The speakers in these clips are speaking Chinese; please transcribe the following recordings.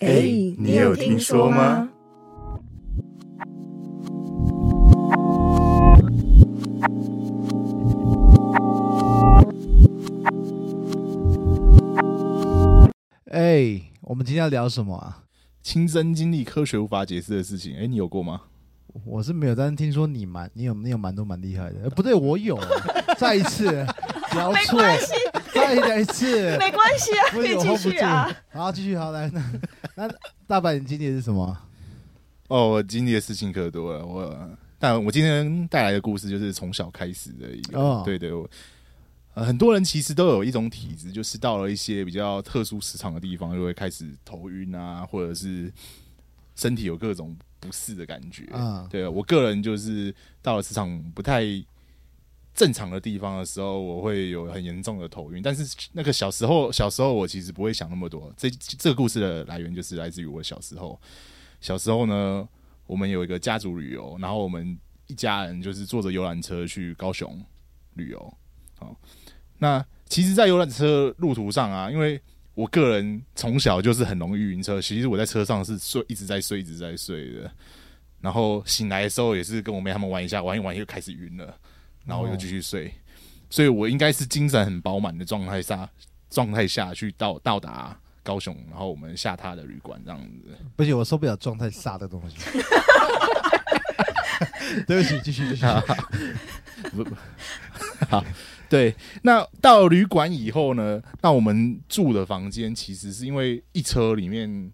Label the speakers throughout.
Speaker 1: 哎，你有听说吗？
Speaker 2: 哎，我们今天要聊什么啊？
Speaker 3: 亲身经历科学无法解释的事情，哎、你有过吗？
Speaker 2: 我是没有，但是听说你蛮，你有你有蛮多蛮厉害的。呃不对，我有啊。再一次聊
Speaker 4: 没
Speaker 2: 错，
Speaker 4: 关系，
Speaker 2: 再来一次，
Speaker 4: 没关系啊，
Speaker 2: 不
Speaker 4: 可以
Speaker 2: 是我
Speaker 4: 继
Speaker 2: hold 不
Speaker 4: 续
Speaker 2: 住
Speaker 4: 啊。。
Speaker 2: 好，继续好来，那那大阪你今年是什么？
Speaker 3: 哦，我经历的事情可多了。我，但我今天带来的故事就是从小开始的一个。
Speaker 2: 哦
Speaker 3: 对对，我、呃很多人其实都有一种体质，就是到了一些比较特殊市场的地方，就会开始头晕啊，或者是身体有各种不适的感觉。
Speaker 2: 嗯
Speaker 3: 对我个人就是到了市场不太正常的地方的时候，我会有很严重的头晕。但是那个小时候，小时候我其实不会想那么多。这这个故事的来源就是来自于我小时候。小时候呢，我们有一个家族旅游，然后我们一家人就是坐着游览车去高雄旅游。好，那其实，在游览车路途上啊，因为我个人从小就是很容易晕车，其实我在车上是睡，一直在睡，一直在睡的。然后醒来的时候也是跟我妹他们玩一下，玩一玩又开始晕了，然后又继续睡，所以我应该是精神很饱满的状态下，状态下去到到达高雄，然后我们下榻的旅馆这样子。
Speaker 2: 不行，我受不了状态煞 的东西。对不起，继续继续。
Speaker 3: 对，那到旅馆以后呢，那我们住的房间其实是因为一车里面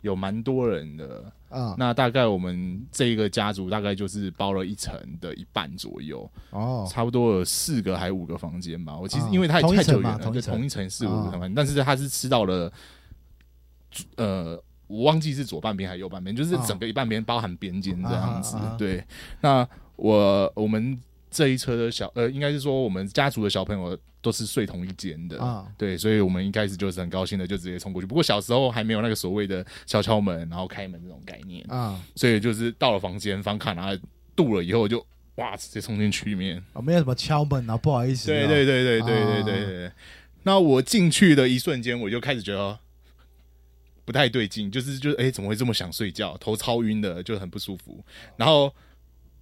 Speaker 3: 有蛮多人的，
Speaker 2: 啊，
Speaker 3: 那大概我们这个家族大概就是包了一层的一半左右，
Speaker 2: 哦，
Speaker 3: 差不多有四个还五个房间吧。我其实
Speaker 2: 啊
Speaker 3: 因为太、
Speaker 2: 同一
Speaker 3: 太久远
Speaker 2: 层嘛
Speaker 3: 了，
Speaker 2: 同一
Speaker 3: 对
Speaker 2: 层
Speaker 3: 同一层四五
Speaker 2: 啊
Speaker 3: 个房间，但是它是吃到了，呃，我忘记是左半边还是右半边，就是
Speaker 2: 啊
Speaker 3: 整个一半边包含边间这样子。
Speaker 2: 啊啊啊
Speaker 3: 对，那我我们这一车的小呃，应该是说我们家族的小朋友都是睡同一间的。
Speaker 2: 啊
Speaker 3: 对，所以我们一开始就是很高兴的，就直接冲过去。不过小时候还没有那个所谓的敲敲门，然后开门这种概念。
Speaker 2: 啊，
Speaker 3: 所以就是到了房间房卡拿来度了以后就哇直接冲进去里面。
Speaker 2: 我哦没有什么敲门啊，不好意思啊。
Speaker 3: 对对对对对对对对对。哦那我进去的一瞬间，我就开始觉得哦不太对劲，就是就是哎、诶怎么会这么想睡觉？头超晕的，就很不舒服。然后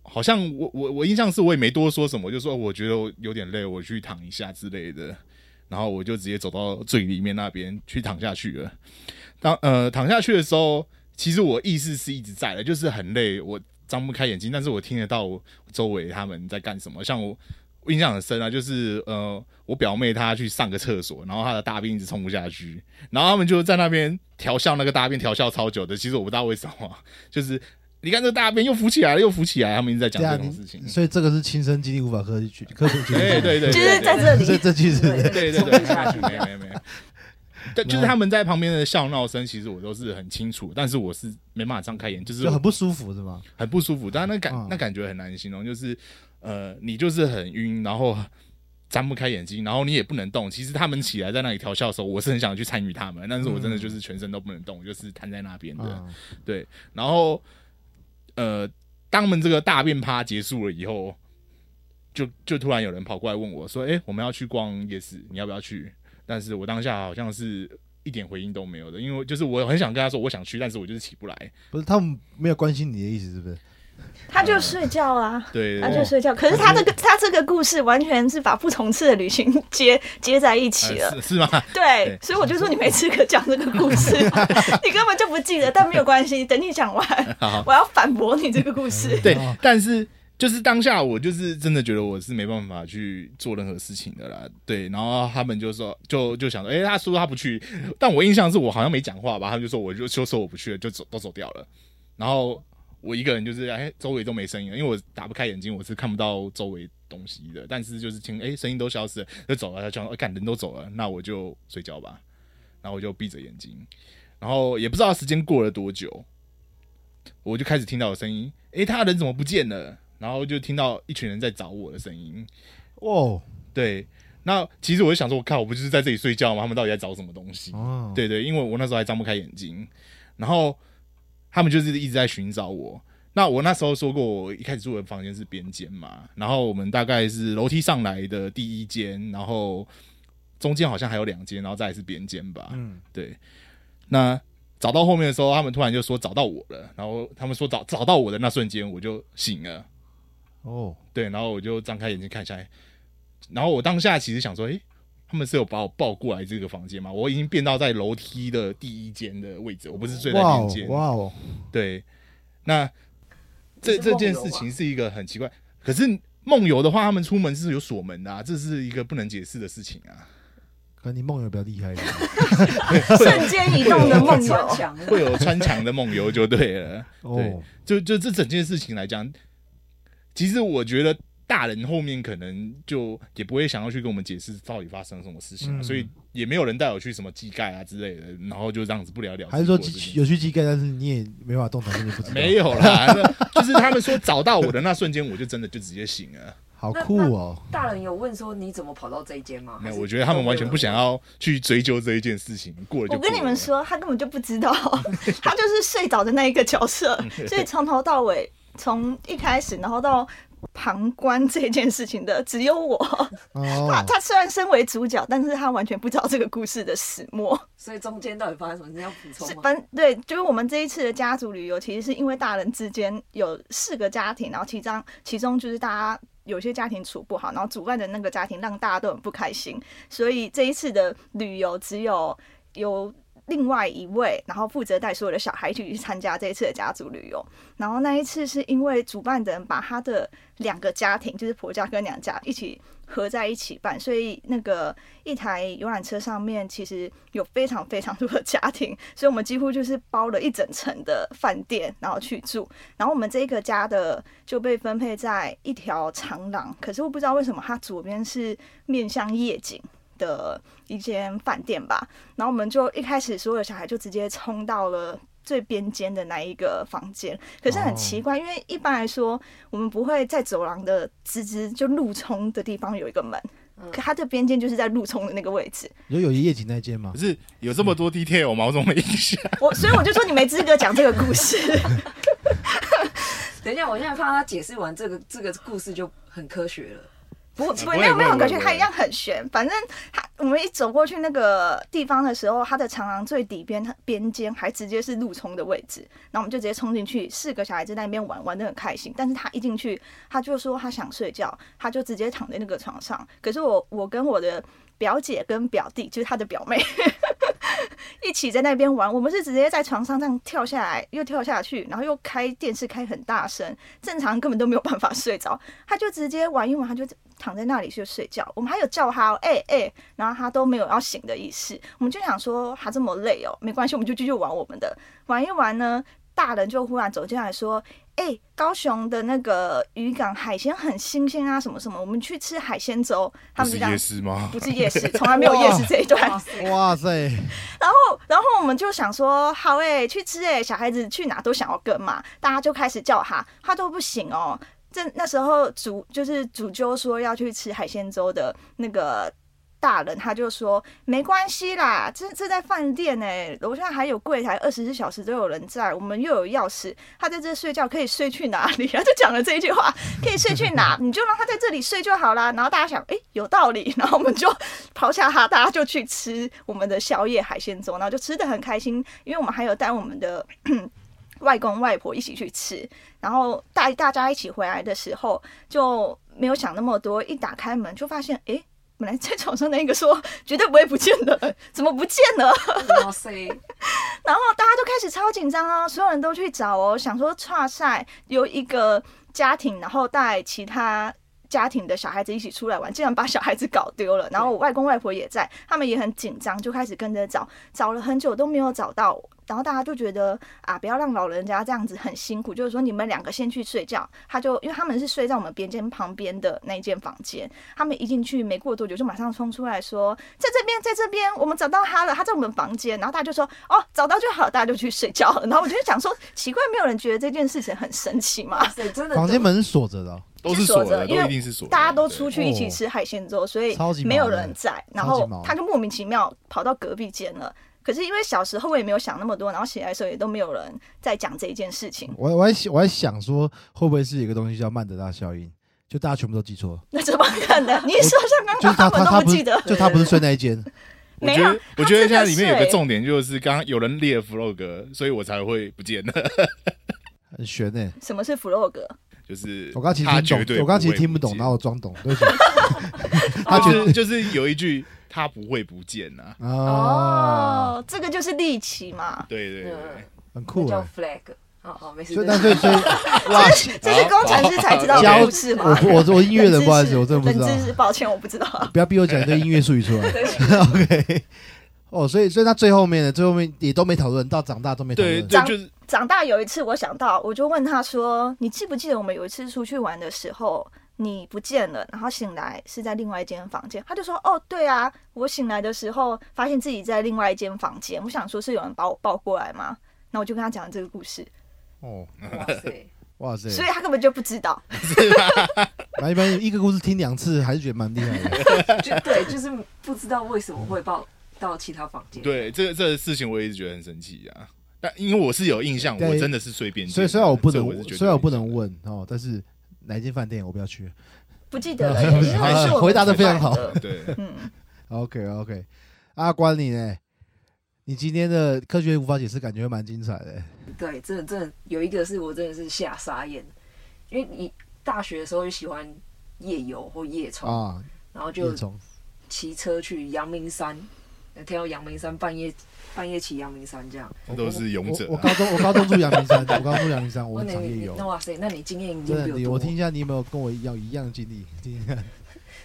Speaker 3: 好像我我我印象是我也没多说什么，就说我觉得我有点累，我去躺一下之类的。然后我就直接走到最里面那边去躺下去了。当呃躺下去的时候，其实我意识是一直在的，就是很累，我张不开眼睛，但是我听得到我周围他们在干什么。像我我印象很深啊，就是呃，我表妹她去上个厕所，然后她的大便一直冲不下去，然后他们就在那边调笑那个大便，调笑超久的。其实我不知道为什么，就是你看这个大便又浮起来了，又浮起来，他们一直在讲
Speaker 2: 对啊，
Speaker 3: 这种事情
Speaker 2: 你。所以这个是亲身经历，无法科学去科学去。
Speaker 3: 对对对，
Speaker 4: 就是在这
Speaker 2: 这
Speaker 4: 里，
Speaker 2: 这句是
Speaker 3: 对对对，下去没有没有没有。但就是他们在旁边的笑闹声，其实我都是很清楚，但是我是没办法张开眼，就是
Speaker 2: 就很不舒服是吗？
Speaker 3: 很不舒服。但那感、
Speaker 2: 嗯
Speaker 3: 那感觉很难形容，就是呃，你就是很晕，然后张不开眼睛，然后你也不能动。其实他们起来在那里调笑的时候，我是很想去参与他们，但是我真的就是全身都不能动，我就是瘫在那边的。
Speaker 2: 啊，
Speaker 3: 然后呃，当我们这个大便趴结束了以后，就就突然有人跑过来问我说：“哎、我们要去逛夜市，你要不要去？”但是我当下好像是一点回应都没有的，因为就是我很想跟他说我想去，但是我就是起不来。
Speaker 4: 啊
Speaker 2: 不是他们没有关心你的意思是不是？
Speaker 4: 他就睡觉啊。
Speaker 3: 对，
Speaker 4: 他就睡觉，可是他这
Speaker 3: 哦
Speaker 4: 个他这个故事完全是把不从次的旅行接接在一起
Speaker 3: 呃
Speaker 4: 了，
Speaker 3: 是是哎吗？
Speaker 4: 对
Speaker 3: 对，
Speaker 4: 所以我就说你没资格讲这个故事， 你根本就不记得，但没有关系，等你讲完，
Speaker 3: 好，嗯
Speaker 4: 我要反驳你这个故事。
Speaker 3: 对
Speaker 2: 哦，
Speaker 3: 但是就是当下我就是真的觉得我是没办法去做任何事情的啦。对，然后他们就说，就就想说，哎、他说他不去，但我印象是我好像没讲话吧，他们就说我就就说我不去了，就走都走掉了。然后我一个人就是哎、周围都没声音了，因为我打不开眼睛，我是看不到周围东西的。但是就是听哎、声音都消失了，就走了，就想，哎、干人都走了，那我就睡觉吧。然后我就闭着眼睛，然后也不知道时间过了多久，我就开始听到有声音，诶，他人怎么不见了？然后就听到一群人在找我的声音。
Speaker 2: 哦
Speaker 3: 对，那其实我就想说，我靠，我不就是在这里睡觉吗？他们到底在找什么东西？
Speaker 2: 哦，
Speaker 3: 对对，因为我那时候还张不开眼睛，然后他们就是一直在寻找我。那我那时候说过，我一开始住的房间是边间嘛，然后我们大概是楼梯上来的第一间，然后中间好像还有两间，然后再来是边间吧。
Speaker 2: 嗯，
Speaker 3: 对，那找到后面的时候，他们突然就说找到我了，然后他们说找找到我的那瞬间我就醒了，
Speaker 2: 哦，
Speaker 3: 对，然后我就张开眼睛看下来，然后我当下其实想说，诶，他们是有把我抱过来这个房间吗？我已经变到在楼梯的第一间的位置，我不是睡在
Speaker 2: 哇
Speaker 3: 边
Speaker 2: 哦
Speaker 3: 间，
Speaker 2: 哇哦，
Speaker 3: 对，那
Speaker 4: 你
Speaker 3: 这
Speaker 4: 是
Speaker 3: 这
Speaker 4: 梦
Speaker 3: 件
Speaker 4: 游
Speaker 3: 事
Speaker 4: 吧
Speaker 3: 情是一个很奇怪，可是梦游的话，他们出门是有锁门的、啊，这是一个不能解释的事情啊。
Speaker 2: 可能你梦游比较厉 害一点。
Speaker 4: 瞬间移动的梦游，
Speaker 5: 墙 了
Speaker 3: 会有穿墙的梦游就对了。对
Speaker 2: 哦，
Speaker 3: 就就这整件事情来讲，其实我觉得大人后面可能就也不会想要去跟我们解释到底发生了什么事情、啊，
Speaker 2: 嗯
Speaker 3: 所以也没有人带我去什么技盖啊之类的，然后就这样子不了了之。
Speaker 2: 还是说
Speaker 3: 过这件
Speaker 2: 有去机盖，但是你也没办法动弹，根本不知道。
Speaker 3: 没，有 啦，那就是他们说找到我的那瞬间，我就真的就直接醒了。
Speaker 2: 好酷哦！
Speaker 5: 大人有问说你怎么跑到这一间吗？
Speaker 3: 没有，
Speaker 5: 还是
Speaker 3: 我觉得他们完全不想要去追究这一件事情，过了就
Speaker 4: 我
Speaker 3: 过了
Speaker 4: 跟你们，说，他根本就不知道， 他就是睡着的那一个角色，
Speaker 3: 嗯
Speaker 4: 所以从头到尾，从一开始，然后到旁观这件事情的只有我。他
Speaker 2: 哦，
Speaker 4: 他虽然身为主角，但是他完全不知道这个故事的始末。
Speaker 5: 所以中间到底发生什么事？你要补充
Speaker 4: 是，
Speaker 5: 吗？
Speaker 4: 反对，就是我们这一次的家族旅游，其实是因为大人之间有四个家庭，然后其中其中就是大家有些家庭处不好，然后主办的那个家庭让大家都很不开心，所以这一次的旅游只有有。另外一位，然后负责带所有的小孩一起去参加这一次的家族旅游。然后那一次是因为主办人把他的两个家庭，就是婆家跟娘家一起合在一起办，所以那个一台游览车上面其实有非常非常多的家庭，所以我们几乎就是包了一整层的饭店，然后去住。然后我们这个家的就被分配在一条长廊，可是我不知道为什么它左边是面向夜景。的一间饭店吧，然后我们就一开始所有的小孩就直接冲到了最边间的那一个房间，可是很
Speaker 2: 哦
Speaker 4: 奇怪，因为一般来说我们不会在走廊的直直就路冲的地方有一个门，可它这边间就是在路冲的那个位置，
Speaker 2: 你说有夜景那间吗
Speaker 3: 可？是有这么多 detail 吗？我怎么没印象？
Speaker 4: 我所以我就说你没资格讲这个故事。
Speaker 5: 等一下，我现在怕他解释完这个这个故事就很科学 了。
Speaker 4: 不不
Speaker 3: 不会
Speaker 4: 没有没
Speaker 3: 不
Speaker 4: 有，
Speaker 3: 会
Speaker 4: 感
Speaker 3: 不
Speaker 4: 觉
Speaker 3: 会
Speaker 4: 它一样很悬。反正它我们一走过去那个地方的时候，它的长廊最底边它边间还直接是路冲的位置，然后我们就直接冲进去，四个小孩子在那边玩，玩的很开心。但是他一进去，他就说他想睡觉，他就直接躺在那个床上。可是我我跟我的表姐跟表弟，就是他的表妹。 一起在那边玩，我们是直接在床上这样跳下来，又跳下去，然后又开电视开很大声，正常根本都没有办法睡着。 他就直接玩一玩，他就躺在那里就睡觉。我们还有叫他哦，哎、哎、然后他都没有要醒的意思。我们就想说他这么累哦，没关系，我们就继续玩我们的。玩一玩呢，大人就忽然走进来说：“哎、高雄的那个渔港海鲜很新鲜啊，什么什么，我们去吃海鲜粥。”他们就这样，
Speaker 3: 市吗？
Speaker 4: 不是夜市，哦从来没有夜市这一 段。
Speaker 5: 哇塞，
Speaker 2: 哇塞，
Speaker 4: 然后，然后我们就想说，好诶、去吃诶、小孩子去哪都想要跟嘛，大家就开始叫他，他都不行哦。这那时候主就是主揪说要去吃海鲜粥的那个大人，他就说没关系啦，这这在饭店诶、楼下还有柜台，二十四小时都有人在，我们又有钥匙，他在这睡觉可以睡去哪里啊？就讲了这一句话，可以睡去哪，你就让他在这里睡就好啦。然后大家想，诶、有道理，然后我们就抛下他，大家就去吃我们的宵夜海鲜粥，然后就吃的很开心，因为我们还有带我们的 外公外婆一起去吃，然后带大家一起回来的时候就没有想那么多，一打开门就发现，诶，本来在床上那个说绝对不会不见的，怎么不见了？
Speaker 5: 哇塞，
Speaker 4: 然后大家就开始超紧张哦，所有人都去找哦，想说哇塞，有一个家庭，然后带其他家庭的小孩子一起出来玩，竟然把小孩子搞丢了。然后我外公外婆也在，他们也很紧张，就开始跟着找，找了很久都没有找到。然后大家就觉得啊，不要让老人家这样子很辛苦，就是说你们两个先去睡觉。他就因为他们是睡在我们边间旁边的那一间房间，他们一进去没过多久就马上冲出来说，在这边，在这边，我们找到他了，他在我们房间。然后大家就说哦，找到就好，大家就去睡觉 了。然后我就想说，奇怪，没有人觉得这件事情很神奇吗？
Speaker 5: 哇塞，真的
Speaker 2: 房间门是锁着的哦，
Speaker 3: 都是锁的，
Speaker 4: 是锁着因为
Speaker 3: 都一定是锁的。
Speaker 4: 大家都出
Speaker 3: 对
Speaker 4: 去一起吃海鲜粥，所以
Speaker 2: 超级忙欸
Speaker 4: 没有人在，然
Speaker 2: 超级
Speaker 4: 后
Speaker 2: 忙
Speaker 4: 他就莫名其妙跑到隔壁间了。可是因为小时候我也没有想那么多，然后起来的时候也都没有人在讲这一件事情，
Speaker 2: 我我还想我还想说，会不会是有一个东西叫曼德拉效应？就大家全部都记错了，
Speaker 4: 那怎么可能？你一说像刚
Speaker 2: 就是
Speaker 4: 刚
Speaker 2: 他
Speaker 4: 他们都
Speaker 2: 他他
Speaker 4: 不
Speaker 2: 不
Speaker 4: 记
Speaker 2: 是
Speaker 4: 得，
Speaker 2: 就他不是睡那一间，
Speaker 3: 我觉
Speaker 4: 没有
Speaker 3: 得，我觉得现在里面有
Speaker 4: 他真的睡
Speaker 3: 个重点就是，刚刚有人列 vlog，所以我才会不见的，
Speaker 2: 很悬呢、
Speaker 4: 什么是 vlog？
Speaker 3: 就是
Speaker 2: 我刚其实
Speaker 3: 他
Speaker 2: 听
Speaker 3: 绝
Speaker 2: 不
Speaker 3: 对
Speaker 2: 懂，我刚其实
Speaker 3: 不会
Speaker 2: 听不
Speaker 3: 不
Speaker 2: 懂，
Speaker 3: 见
Speaker 2: 然后我装懂，对不起。
Speaker 3: 他
Speaker 2: 他觉
Speaker 4: 哦
Speaker 3: 就
Speaker 2: 得
Speaker 3: 是就是有一句他不会不见啊呐，
Speaker 2: 哦，
Speaker 4: 哦，这个就是利奇嘛，
Speaker 3: 对对对，
Speaker 2: 很
Speaker 5: 那
Speaker 2: 酷
Speaker 5: 叫
Speaker 2: 哎。
Speaker 5: flag。哦哦，没事。
Speaker 2: 所以，但所 以所以，哇，
Speaker 4: 这是工程师才知
Speaker 3: 啊
Speaker 4: 道
Speaker 2: 教
Speaker 4: 的故事嘛。
Speaker 2: 我我我音乐
Speaker 4: 冷知识
Speaker 2: 人，不好意思，我真的不知道
Speaker 4: 冷。知识，抱歉，我不知道。
Speaker 2: 不要逼我讲一堆音乐术语出来。OK。哦，所以所以他最后面的最后面也都没讨论，到长大都没讨
Speaker 3: 对
Speaker 2: 论。
Speaker 3: 对，就是
Speaker 4: 长大有一次，我想到，我就问他说：“你记不记得我们有一次出去玩的时候，你不见了，然后醒来是在另外一间房间？”他就说：“哦，对啊，我醒来的时候发现自己在另外一间房间。”我想说是有人把我抱过来吗？那我就跟他讲这个故事，
Speaker 2: 哦，
Speaker 5: 哇塞，
Speaker 2: 哇塞！
Speaker 4: 所以他根本就不知道。
Speaker 2: 然后一般一个故事听两次，还是觉得蛮 厉害的。
Speaker 5: 就对，就是不知道为什么会到到其他房间。，
Speaker 3: 对这个这个事情，我也是觉得很神奇啊。但因为我是有印象，
Speaker 2: 对
Speaker 3: 我真的是随便见的，
Speaker 2: 所以虽然我不
Speaker 3: 这
Speaker 2: 能
Speaker 3: 是觉，得
Speaker 2: 虽然我不
Speaker 3: 有
Speaker 2: 能
Speaker 3: 印象
Speaker 2: 问哦，但是哪一间饭店我不要去。啊
Speaker 4: 不记得了，也是还是我们
Speaker 2: 回答得非常好
Speaker 4: 主观的
Speaker 3: 对，
Speaker 4: 嗯，
Speaker 2: OK OK，阿关你呢？你今天的科学无法解释，感觉会蛮精彩的。
Speaker 5: 对，真的真的有一个是我真的是吓傻眼，因为你大学的时候就喜欢夜游或夜冲，
Speaker 2: 啊，
Speaker 5: 然后就
Speaker 2: 叶虫
Speaker 5: 骑车去阳明山，呃跳阳明山半夜半夜骑阳明山这样。
Speaker 3: 这都是勇者
Speaker 2: 我我
Speaker 3: 啊。
Speaker 2: 高中我高中住阳明山，我高中住阳明山，我很
Speaker 5: 哦那
Speaker 2: 常夜
Speaker 5: 你
Speaker 2: 游
Speaker 5: 那。哇塞，那你经验一
Speaker 2: 真
Speaker 5: 定
Speaker 2: 的，
Speaker 5: 比
Speaker 2: 你我
Speaker 5: 我多
Speaker 2: 听。一下，你有没有跟我一样一样的经历？听一下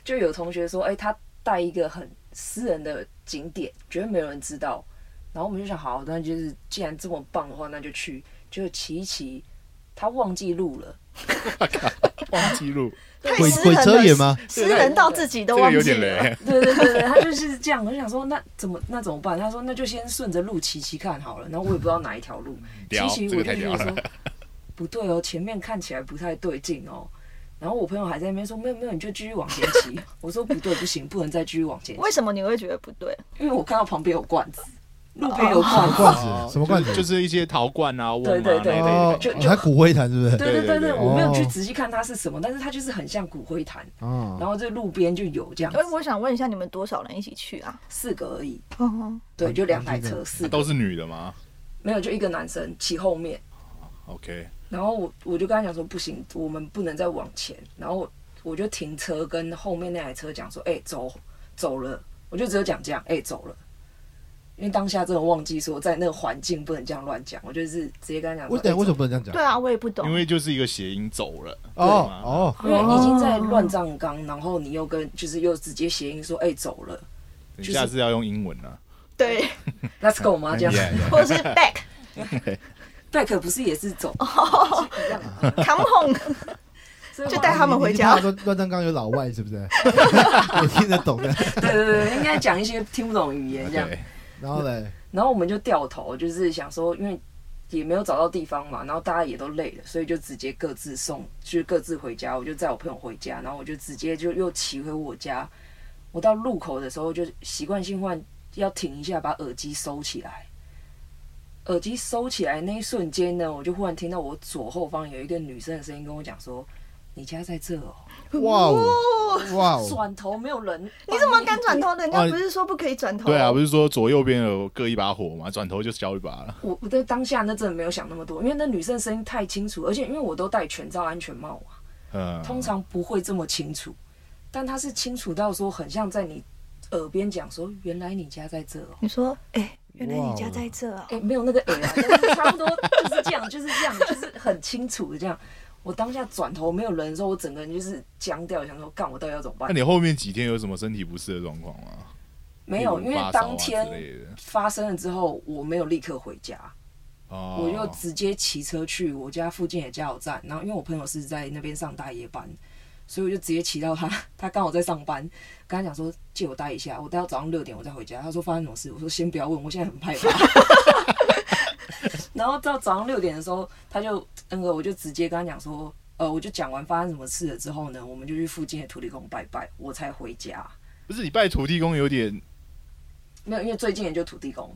Speaker 5: 就有同学说，哎、他带一个很私人的景点，绝对没有人知道。然后我们就想，好，那就是既然这么棒的话，那就去，就骑一骑。他忘记路了，
Speaker 3: 忘记录，
Speaker 4: 太
Speaker 2: 鬼
Speaker 4: 私
Speaker 2: 鬼
Speaker 4: 人了
Speaker 2: 遮眼吗？
Speaker 4: 私人到自己都
Speaker 3: 这
Speaker 4: 忘
Speaker 3: 个
Speaker 4: 记
Speaker 3: 有
Speaker 4: 了。
Speaker 3: 点雷。
Speaker 5: 对对对对，他就是这样。我就 想说，那怎么那怎么办？他说，那就先顺着路骑骑看好了。然后我也不知道哪一条路，
Speaker 3: 聊
Speaker 5: 骑骑
Speaker 3: 这
Speaker 5: 我
Speaker 3: 个
Speaker 5: 就
Speaker 3: 太
Speaker 5: 觉
Speaker 3: 屌
Speaker 5: 得
Speaker 3: 了
Speaker 5: 说，不对哦，前面看起来不太对劲哦。然后我朋友还在那边说，没有没有，你就继续往前骑。 我说不对，不行，不能再继续往前骑
Speaker 4: 为，什么你会觉得不对？
Speaker 5: 因为我看到旁边有罐子，路边有罐子。
Speaker 2: 罐
Speaker 3: 哦
Speaker 2: 子什么罐子？
Speaker 3: 就是就是一些陶罐啊、瓮啊
Speaker 5: 对对
Speaker 3: 那一
Speaker 5: 对
Speaker 3: 类
Speaker 2: 哦
Speaker 3: 的
Speaker 5: 就，
Speaker 2: 还骨灰坛是不是？
Speaker 5: 对对
Speaker 3: 对对
Speaker 5: 对
Speaker 3: 对
Speaker 5: 对，我没有去
Speaker 2: 哦
Speaker 5: 仔细看它是什么，但是它就是很像骨灰坛，
Speaker 2: 啊
Speaker 3: 哦
Speaker 5: 然，后这路边就有这样
Speaker 4: 哎，
Speaker 5: 子，
Speaker 4: 我想问一下，你们多少人一起去 啊？
Speaker 5: 四个而已，
Speaker 4: 哦，
Speaker 5: 对，就两台
Speaker 2: 蛮多
Speaker 5: 车，四
Speaker 3: 都
Speaker 5: 个，
Speaker 3: 是女的吗
Speaker 5: 没有就一个男生骑后面，
Speaker 3: ？OK，
Speaker 5: 然后我我就跟他讲说不行，我们不能再往前，然后我我就停车跟后面那台车讲说，哎，走走了，我就只有讲这样，哎，走了。因为当下真的忘记说，在那个环境不能这样乱讲，我就是直接跟他讲说。
Speaker 2: 我等
Speaker 5: 哎
Speaker 2: 下为什么
Speaker 5: 走
Speaker 2: 不能这样讲
Speaker 4: 对？啊，我也不懂。
Speaker 3: 因为就是一个谐音走了对
Speaker 2: 哦
Speaker 5: 因为已经在乱葬岗，然后你又跟就是又直接谐音说，哎、走了
Speaker 3: 你
Speaker 5: 就是
Speaker 3: 下次要用英文啊。
Speaker 4: 对，
Speaker 5: ，Let's go 吗？这样
Speaker 2: 哎
Speaker 3: Yeah, yeah
Speaker 4: 或是 back
Speaker 5: 贝克不是也是走，
Speaker 4: come home，
Speaker 5: 所以
Speaker 4: 哦就
Speaker 5: 我
Speaker 4: 带
Speaker 2: 哦，
Speaker 4: 他们回
Speaker 2: 你
Speaker 4: 家
Speaker 2: 你。怕乱乱葬岗有老外是不是？ 我听得懂的。
Speaker 5: 对对对，应该讲一些听不懂的语言这样。
Speaker 3: 对，
Speaker 2: 然后嘞，
Speaker 5: 然后我们就掉头，就是想说，因为也没有找到地方嘛，然后大家也都累了，所以就直接各自送，就是各自回家。我就载我朋友回家，然后我就直接就又骑回我家。我到路口的时候，就习惯性换要停一下，把耳机收起来。耳机收起来那一瞬间呢，我就忽然听到我左后方有一个女生的声音跟我讲说：“你家在这哦。”
Speaker 2: 哇哦哇哦，
Speaker 5: 转头没有人，
Speaker 4: 你怎么敢转？头？人
Speaker 2: 哇
Speaker 4: 家
Speaker 2: 你
Speaker 4: 不是说不可以转头？
Speaker 3: 对啊，不是说左右边有各一把火嘛，转头就交一把了。
Speaker 5: 我我在当下那真的没有想那么多，因为那女生声音太清楚，而且因为我都戴全罩安全帽啊，
Speaker 3: 嗯，
Speaker 5: 通常不会这么清楚，但她是清楚到说很像在你耳边讲说，原来你家在这哦、
Speaker 4: 你说，哎、原来
Speaker 2: 哇哦
Speaker 4: 你家在这啊、
Speaker 5: 哎、没有那个 A 啊，但是差不多就是这样，就是这样，就是很清楚的这样。我当下转头没有人的时候，我整个人就是僵掉，想说干我到底要怎么
Speaker 3: 那
Speaker 5: 办？
Speaker 3: 你后面几天有什么身体不适的状况吗？
Speaker 5: 没有，
Speaker 3: 例
Speaker 5: 因
Speaker 3: 如
Speaker 5: 为
Speaker 3: 发烧啊
Speaker 5: 当天
Speaker 3: 之类的
Speaker 5: 发生了之后，我没有立刻回家，
Speaker 3: 哦，
Speaker 5: 我就直接骑车去我家附近的加油站，然后因为我朋友是在那边上大夜班，所以我就直接骑到他， 他刚好在上班，跟他讲说借我待一下，我待到早上六点我再回家。他说发生什么事？我说先不要问，我现在很害怕。 然后到早上六点的时候，他就那个我就直接跟他讲说，呃，我就讲完发生什么事了之后呢，我们就去附近的土地公拜拜，我才回家。
Speaker 3: 不是你拜土地公有点
Speaker 5: 没有，因为最近也就土地公，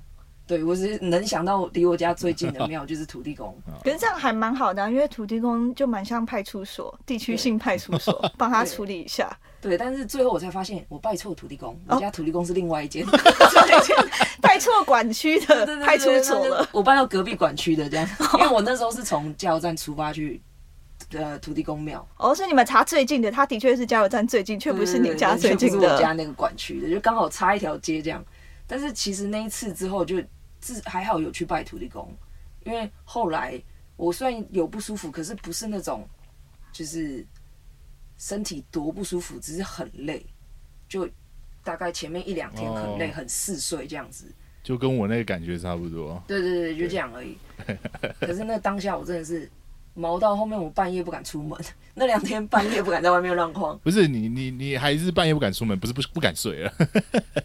Speaker 5: 对我只是能想到离我家最近的庙就是土地公，
Speaker 4: 可是这样还蛮好的啊、因为土地公就蛮像派出所，地区性派出 所，帮他处理一下。
Speaker 5: 对，但是最后我才发现我拜错土地公，
Speaker 4: 哦
Speaker 5: 我家土地公是另外一 间，
Speaker 4: 拜错管区的
Speaker 5: 对对对
Speaker 4: 派出所
Speaker 5: 对对
Speaker 4: 了
Speaker 5: 对。我搬到隔壁管区 的这样，因为我那时候是从加油站出发去呃土地公庙，
Speaker 4: 哦，所以你们查最近的，他的确是加油站最近，却不是你家
Speaker 5: 对
Speaker 4: 最
Speaker 5: 对对
Speaker 4: 近
Speaker 5: 就不是我
Speaker 4: 的。
Speaker 5: 家那个管区的，就刚好差一条街这样。但是其实那一次之后就自还好有去拜土地公，因为后来我虽然有不舒服，可是不是那种就是身体多不舒服，只是很累，就大概前面一两天很累，
Speaker 3: 哦
Speaker 5: 很嗜睡这样子。
Speaker 3: 就跟我那个感觉差不多。
Speaker 5: 对对对，就这样而已。可是那当下我真的是毛到后面，我半夜不敢出门，那两天半夜不敢在外面乱晃。
Speaker 3: 不是你你你还是半夜不敢出门，不是不不敢睡了。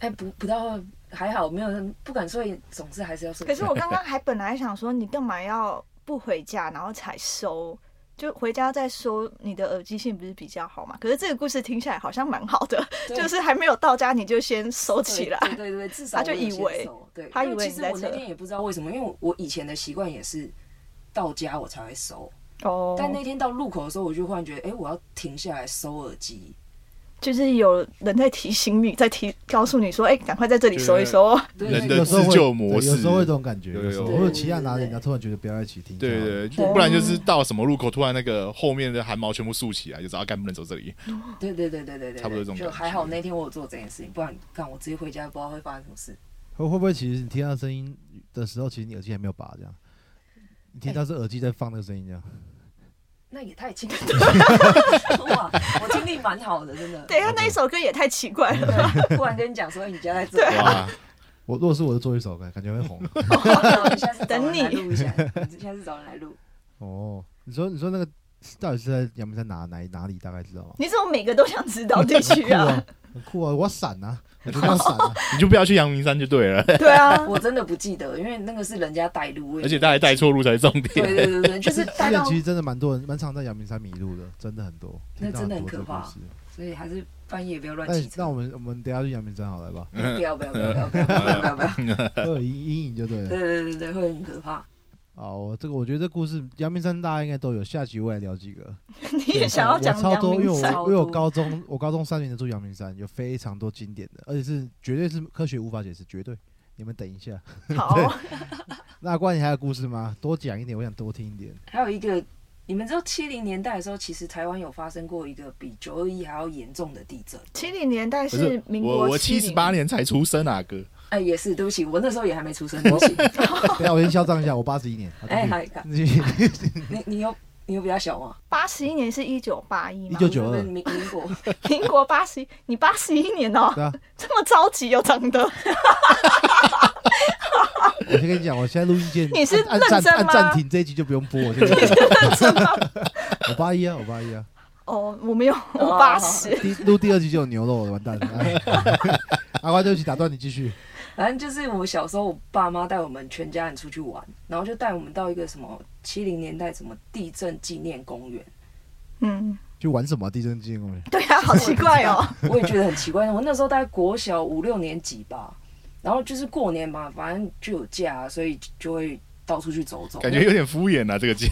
Speaker 5: 哎、不不到还好，没有人不敢睡，总是还是要睡。
Speaker 4: 可是我刚刚还本来想说，你干嘛要不回家，然后才收？就回家再收你的耳机线不是比较好吗？可是这个故事听起来好像蛮好的，
Speaker 5: 对
Speaker 4: 就是还没有到家你就先收
Speaker 5: 对
Speaker 4: 起来。
Speaker 5: 对对对，至少
Speaker 4: 他就
Speaker 5: 我有
Speaker 4: 以
Speaker 5: 先
Speaker 4: 为
Speaker 5: 收对，
Speaker 4: 他
Speaker 5: 因
Speaker 4: 以为
Speaker 5: 其实
Speaker 4: 你在
Speaker 5: 我那
Speaker 4: 这
Speaker 5: 天也不知道为什么，因为我我以前的习惯也是到家我才会收，
Speaker 4: 哦
Speaker 5: 但那天到路口的时候，我就忽然觉得，哎、我要停下来收耳机。
Speaker 4: 就是有人在提醒你，在提告诉你说，哎、赶快在这里收一收哦。
Speaker 5: 对
Speaker 3: 人
Speaker 5: 对
Speaker 3: 的
Speaker 2: 有时候
Speaker 3: 自
Speaker 2: 会
Speaker 3: 救模
Speaker 2: 对有
Speaker 3: 式
Speaker 2: 时，候会这种感觉，
Speaker 3: 有
Speaker 2: 有时候
Speaker 3: 有
Speaker 2: 或者骑在哪里，然后突然觉得不要一起 停，
Speaker 3: 对
Speaker 2: 这样
Speaker 3: 对，就不然就是到什么路口，突然那个后面的汗毛全部竖起来，就知道啊干不能走这 里。
Speaker 5: 对对对对对对，
Speaker 3: 差不多这种
Speaker 5: 就
Speaker 3: 感觉
Speaker 5: 还好那天我有做这件事情，不然看我直接回家不知道会发生什么事。
Speaker 2: 会会不会其实你听到声音的时候，其实你耳机还没有拔，这样，你听到是耳机在放那个声音这样。
Speaker 5: 那也太清楚 了，哇！我听力蛮好的，真的。
Speaker 4: 等一下啊那一首歌也太奇怪了，
Speaker 5: 对，突然跟你讲说哎你家在这，
Speaker 3: 哇，
Speaker 2: 我如果是我就做一首，感感觉会 红。
Speaker 5: 我下次找人
Speaker 4: 等你
Speaker 5: 来录一下，你下次找人来录。
Speaker 2: 哦，你说你说那个到底是在阳明山哪哪哪里？大概知道吗？
Speaker 4: 你怎么每个都想知道地
Speaker 2: 很
Speaker 4: 区
Speaker 2: 酷
Speaker 4: 啊？
Speaker 2: 啊，很酷啊！我要闪啊，我就这样闪啊。
Speaker 3: 你就不要去阳明山就对了，
Speaker 4: 对啊，
Speaker 5: 我真的不记得，因为那个是人家带路，我 也
Speaker 3: 而且他还带错路才是重
Speaker 5: 对
Speaker 3: 点。
Speaker 5: 对对对， 就是
Speaker 2: 之
Speaker 5: 带
Speaker 2: 前
Speaker 5: 到，
Speaker 2: 其实真的蛮多人，蛮常在阳明山迷路的，真的很多，
Speaker 5: 那
Speaker 2: 听到
Speaker 5: 真的
Speaker 2: 很多
Speaker 5: 很
Speaker 2: 这个
Speaker 5: 可怕
Speaker 2: 故事。
Speaker 5: 所以还是半夜不要乱
Speaker 2: 那
Speaker 5: 骑
Speaker 2: 你那
Speaker 5: 车
Speaker 2: 我。们我们等一下去阳明山好了吧？
Speaker 5: 不要不要不要不要不要不要不要不要！
Speaker 2: 会有阴阴影就对了
Speaker 5: 对。对对对，会很可怕。
Speaker 2: 哦，这个我觉得这故事阳明山大家应该都有，下集我也聊几个。
Speaker 4: 你也想要讲
Speaker 2: 我超
Speaker 4: 阳
Speaker 2: 多，因为
Speaker 4: 明
Speaker 2: 啊我
Speaker 4: 山？
Speaker 5: 超
Speaker 2: 因为我
Speaker 5: 多
Speaker 2: 高中我高中三年的住阳明山，有非常多经典的，而且是绝对是科学无法解释，绝对。你们等 一下，
Speaker 4: 好，
Speaker 2: 那关你还有故事吗？多讲一点，我想多听一 点。
Speaker 5: 还有一个，你们知道七零年代的时候，其实台湾有发生过一个比九二一还要严重的地震。
Speaker 4: 七零年代
Speaker 3: 不
Speaker 4: 是民
Speaker 3: 我
Speaker 4: 国
Speaker 3: 我七十
Speaker 4: 70
Speaker 3: 八，年才出生啊，哥，
Speaker 5: 哎，也是，对不起，我那时候也还没出生，对不起。
Speaker 2: 等一下我先嚣张一下，我八十 一年。啊
Speaker 5: 哎，还
Speaker 2: 一
Speaker 5: 你你有你有比较小吗？
Speaker 4: 八十一年是一九八一嘛
Speaker 2: 九，九二，
Speaker 5: 民民国，
Speaker 4: 民国八十一，你八十一年哦、
Speaker 2: 对 啊。
Speaker 4: 这么着急又长得，
Speaker 2: 我先跟你讲，我现在录音键，
Speaker 4: 你是
Speaker 2: 按按
Speaker 4: 认真
Speaker 2: 暂
Speaker 4: 吗
Speaker 2: 按暂停这一集就不用播，我现在 我八一啊，我八一啊，
Speaker 4: 哦，我没有，我八十。
Speaker 2: 第录第二集就有牛肉了，完 蛋了。 哎阿瓜，对不起，打断你继续。
Speaker 5: 反正就是我小时候，我爸妈带我们全家人出去玩，然后就带我们到一个什么七零年代什么地震纪念公园，
Speaker 4: 嗯，
Speaker 2: 去玩什么啊地震纪念公园？
Speaker 4: 对啊，好奇怪哦、
Speaker 5: 我也觉得很奇怪。我那时候大概国小五六年级吧，然后就是过年嘛，反正就有假，啊所以就会到处去走走。
Speaker 3: 感觉有点敷衍啊，这个 家。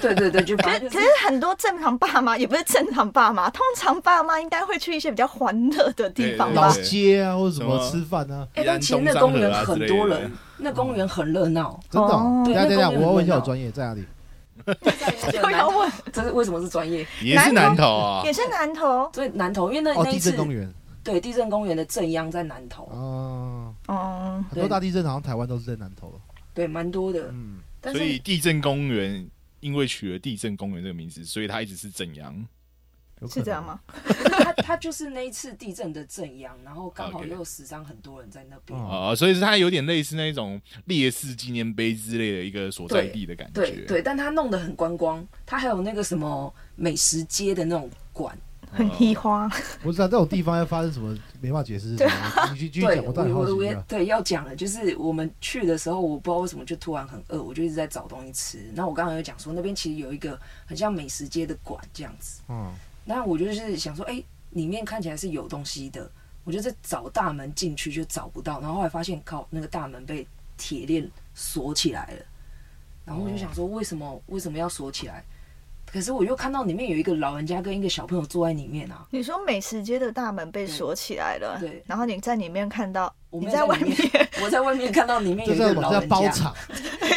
Speaker 5: 对对对，就
Speaker 4: 可
Speaker 5: 反
Speaker 4: 是
Speaker 5: 正
Speaker 4: 可
Speaker 5: 就是是
Speaker 4: 很多正常爸妈也不是正常爸妈，通常爸妈应该会去一些比较欢乐的地方
Speaker 3: 对
Speaker 2: 老
Speaker 4: 吧？
Speaker 3: 对
Speaker 2: 街啊，或者什
Speaker 3: 什
Speaker 2: 么
Speaker 3: 么
Speaker 2: 吃饭啊？
Speaker 5: 哎，但其实那公园很多
Speaker 3: 宜兰东山河啊之类
Speaker 5: 人
Speaker 3: 的，
Speaker 5: 那公园很热闹。
Speaker 2: 真的哦
Speaker 4: 哦？
Speaker 2: 等一下等一下，
Speaker 5: 那公园
Speaker 2: 我要问一下
Speaker 5: 很热
Speaker 2: 我
Speaker 5: 闹
Speaker 2: 专业在哪里？
Speaker 4: 都要问，
Speaker 5: 这是为什么是专业？
Speaker 3: 也是南投啊
Speaker 4: 也，是南投
Speaker 5: 所以南投，因为那
Speaker 2: 哦，
Speaker 5: 那一
Speaker 2: 地
Speaker 5: 次
Speaker 2: 震公园
Speaker 5: 对地震公园的正央在南投，
Speaker 2: 哦，
Speaker 4: 哦，
Speaker 2: 很多大地震好像台湾都是在南投。
Speaker 5: 对，蛮多的。
Speaker 2: 嗯，
Speaker 5: 但
Speaker 3: 所
Speaker 5: 是
Speaker 3: 以地震公园因为取了地震公园这个名字，所以它一直是正阳。
Speaker 2: 有可
Speaker 4: 是
Speaker 2: 能
Speaker 4: 这样？吗？
Speaker 5: 他他就是那一次地震的震央，然后刚好
Speaker 3: 哦 OK
Speaker 5: 又死伤很多人在那边。
Speaker 2: 哦
Speaker 3: 啊、所以它有点类似那种烈士纪念碑之类的一个所在地的感觉。
Speaker 5: 对对，但他弄得很观光，他还有那个什么美食街的那种馆。
Speaker 3: 嗯
Speaker 4: 很稀花，
Speaker 2: 我啊知道这种地方要发生什么没办法解释是什么，你继继续
Speaker 5: 对，
Speaker 2: 讲，
Speaker 5: 我
Speaker 2: 我倒很好
Speaker 5: 我我
Speaker 2: 奇
Speaker 5: 也
Speaker 2: 啊。
Speaker 5: 对要讲了，就是我们去的时候，我不知道为什么就突然很饿，我就一直在找东西吃。那我刚刚有讲说，那边其实有一个很像美食街的馆这样子。
Speaker 2: 嗯，
Speaker 5: 那我就是想说，哎、里面看起来是有东西的，我就在找大门进去就找不到，然后后来发现靠那个大门被铁链锁起来了。然后我就
Speaker 2: 哦
Speaker 5: 想说，为什么为什么要锁起来？可是我又看到里面有一个老人家跟一个小朋友坐在里面啊，
Speaker 4: 你说美食街的大门被锁起来了，
Speaker 5: 对对
Speaker 4: 然后你在里面看到，
Speaker 5: 我
Speaker 4: 你
Speaker 5: 没有
Speaker 4: 在外
Speaker 5: 里面
Speaker 4: 面，
Speaker 5: 我在外面看到里面有
Speaker 2: 这
Speaker 5: 一个
Speaker 2: 叫
Speaker 5: 哎老
Speaker 2: 这叫
Speaker 5: 人
Speaker 2: 包
Speaker 5: 家。
Speaker 2: 场，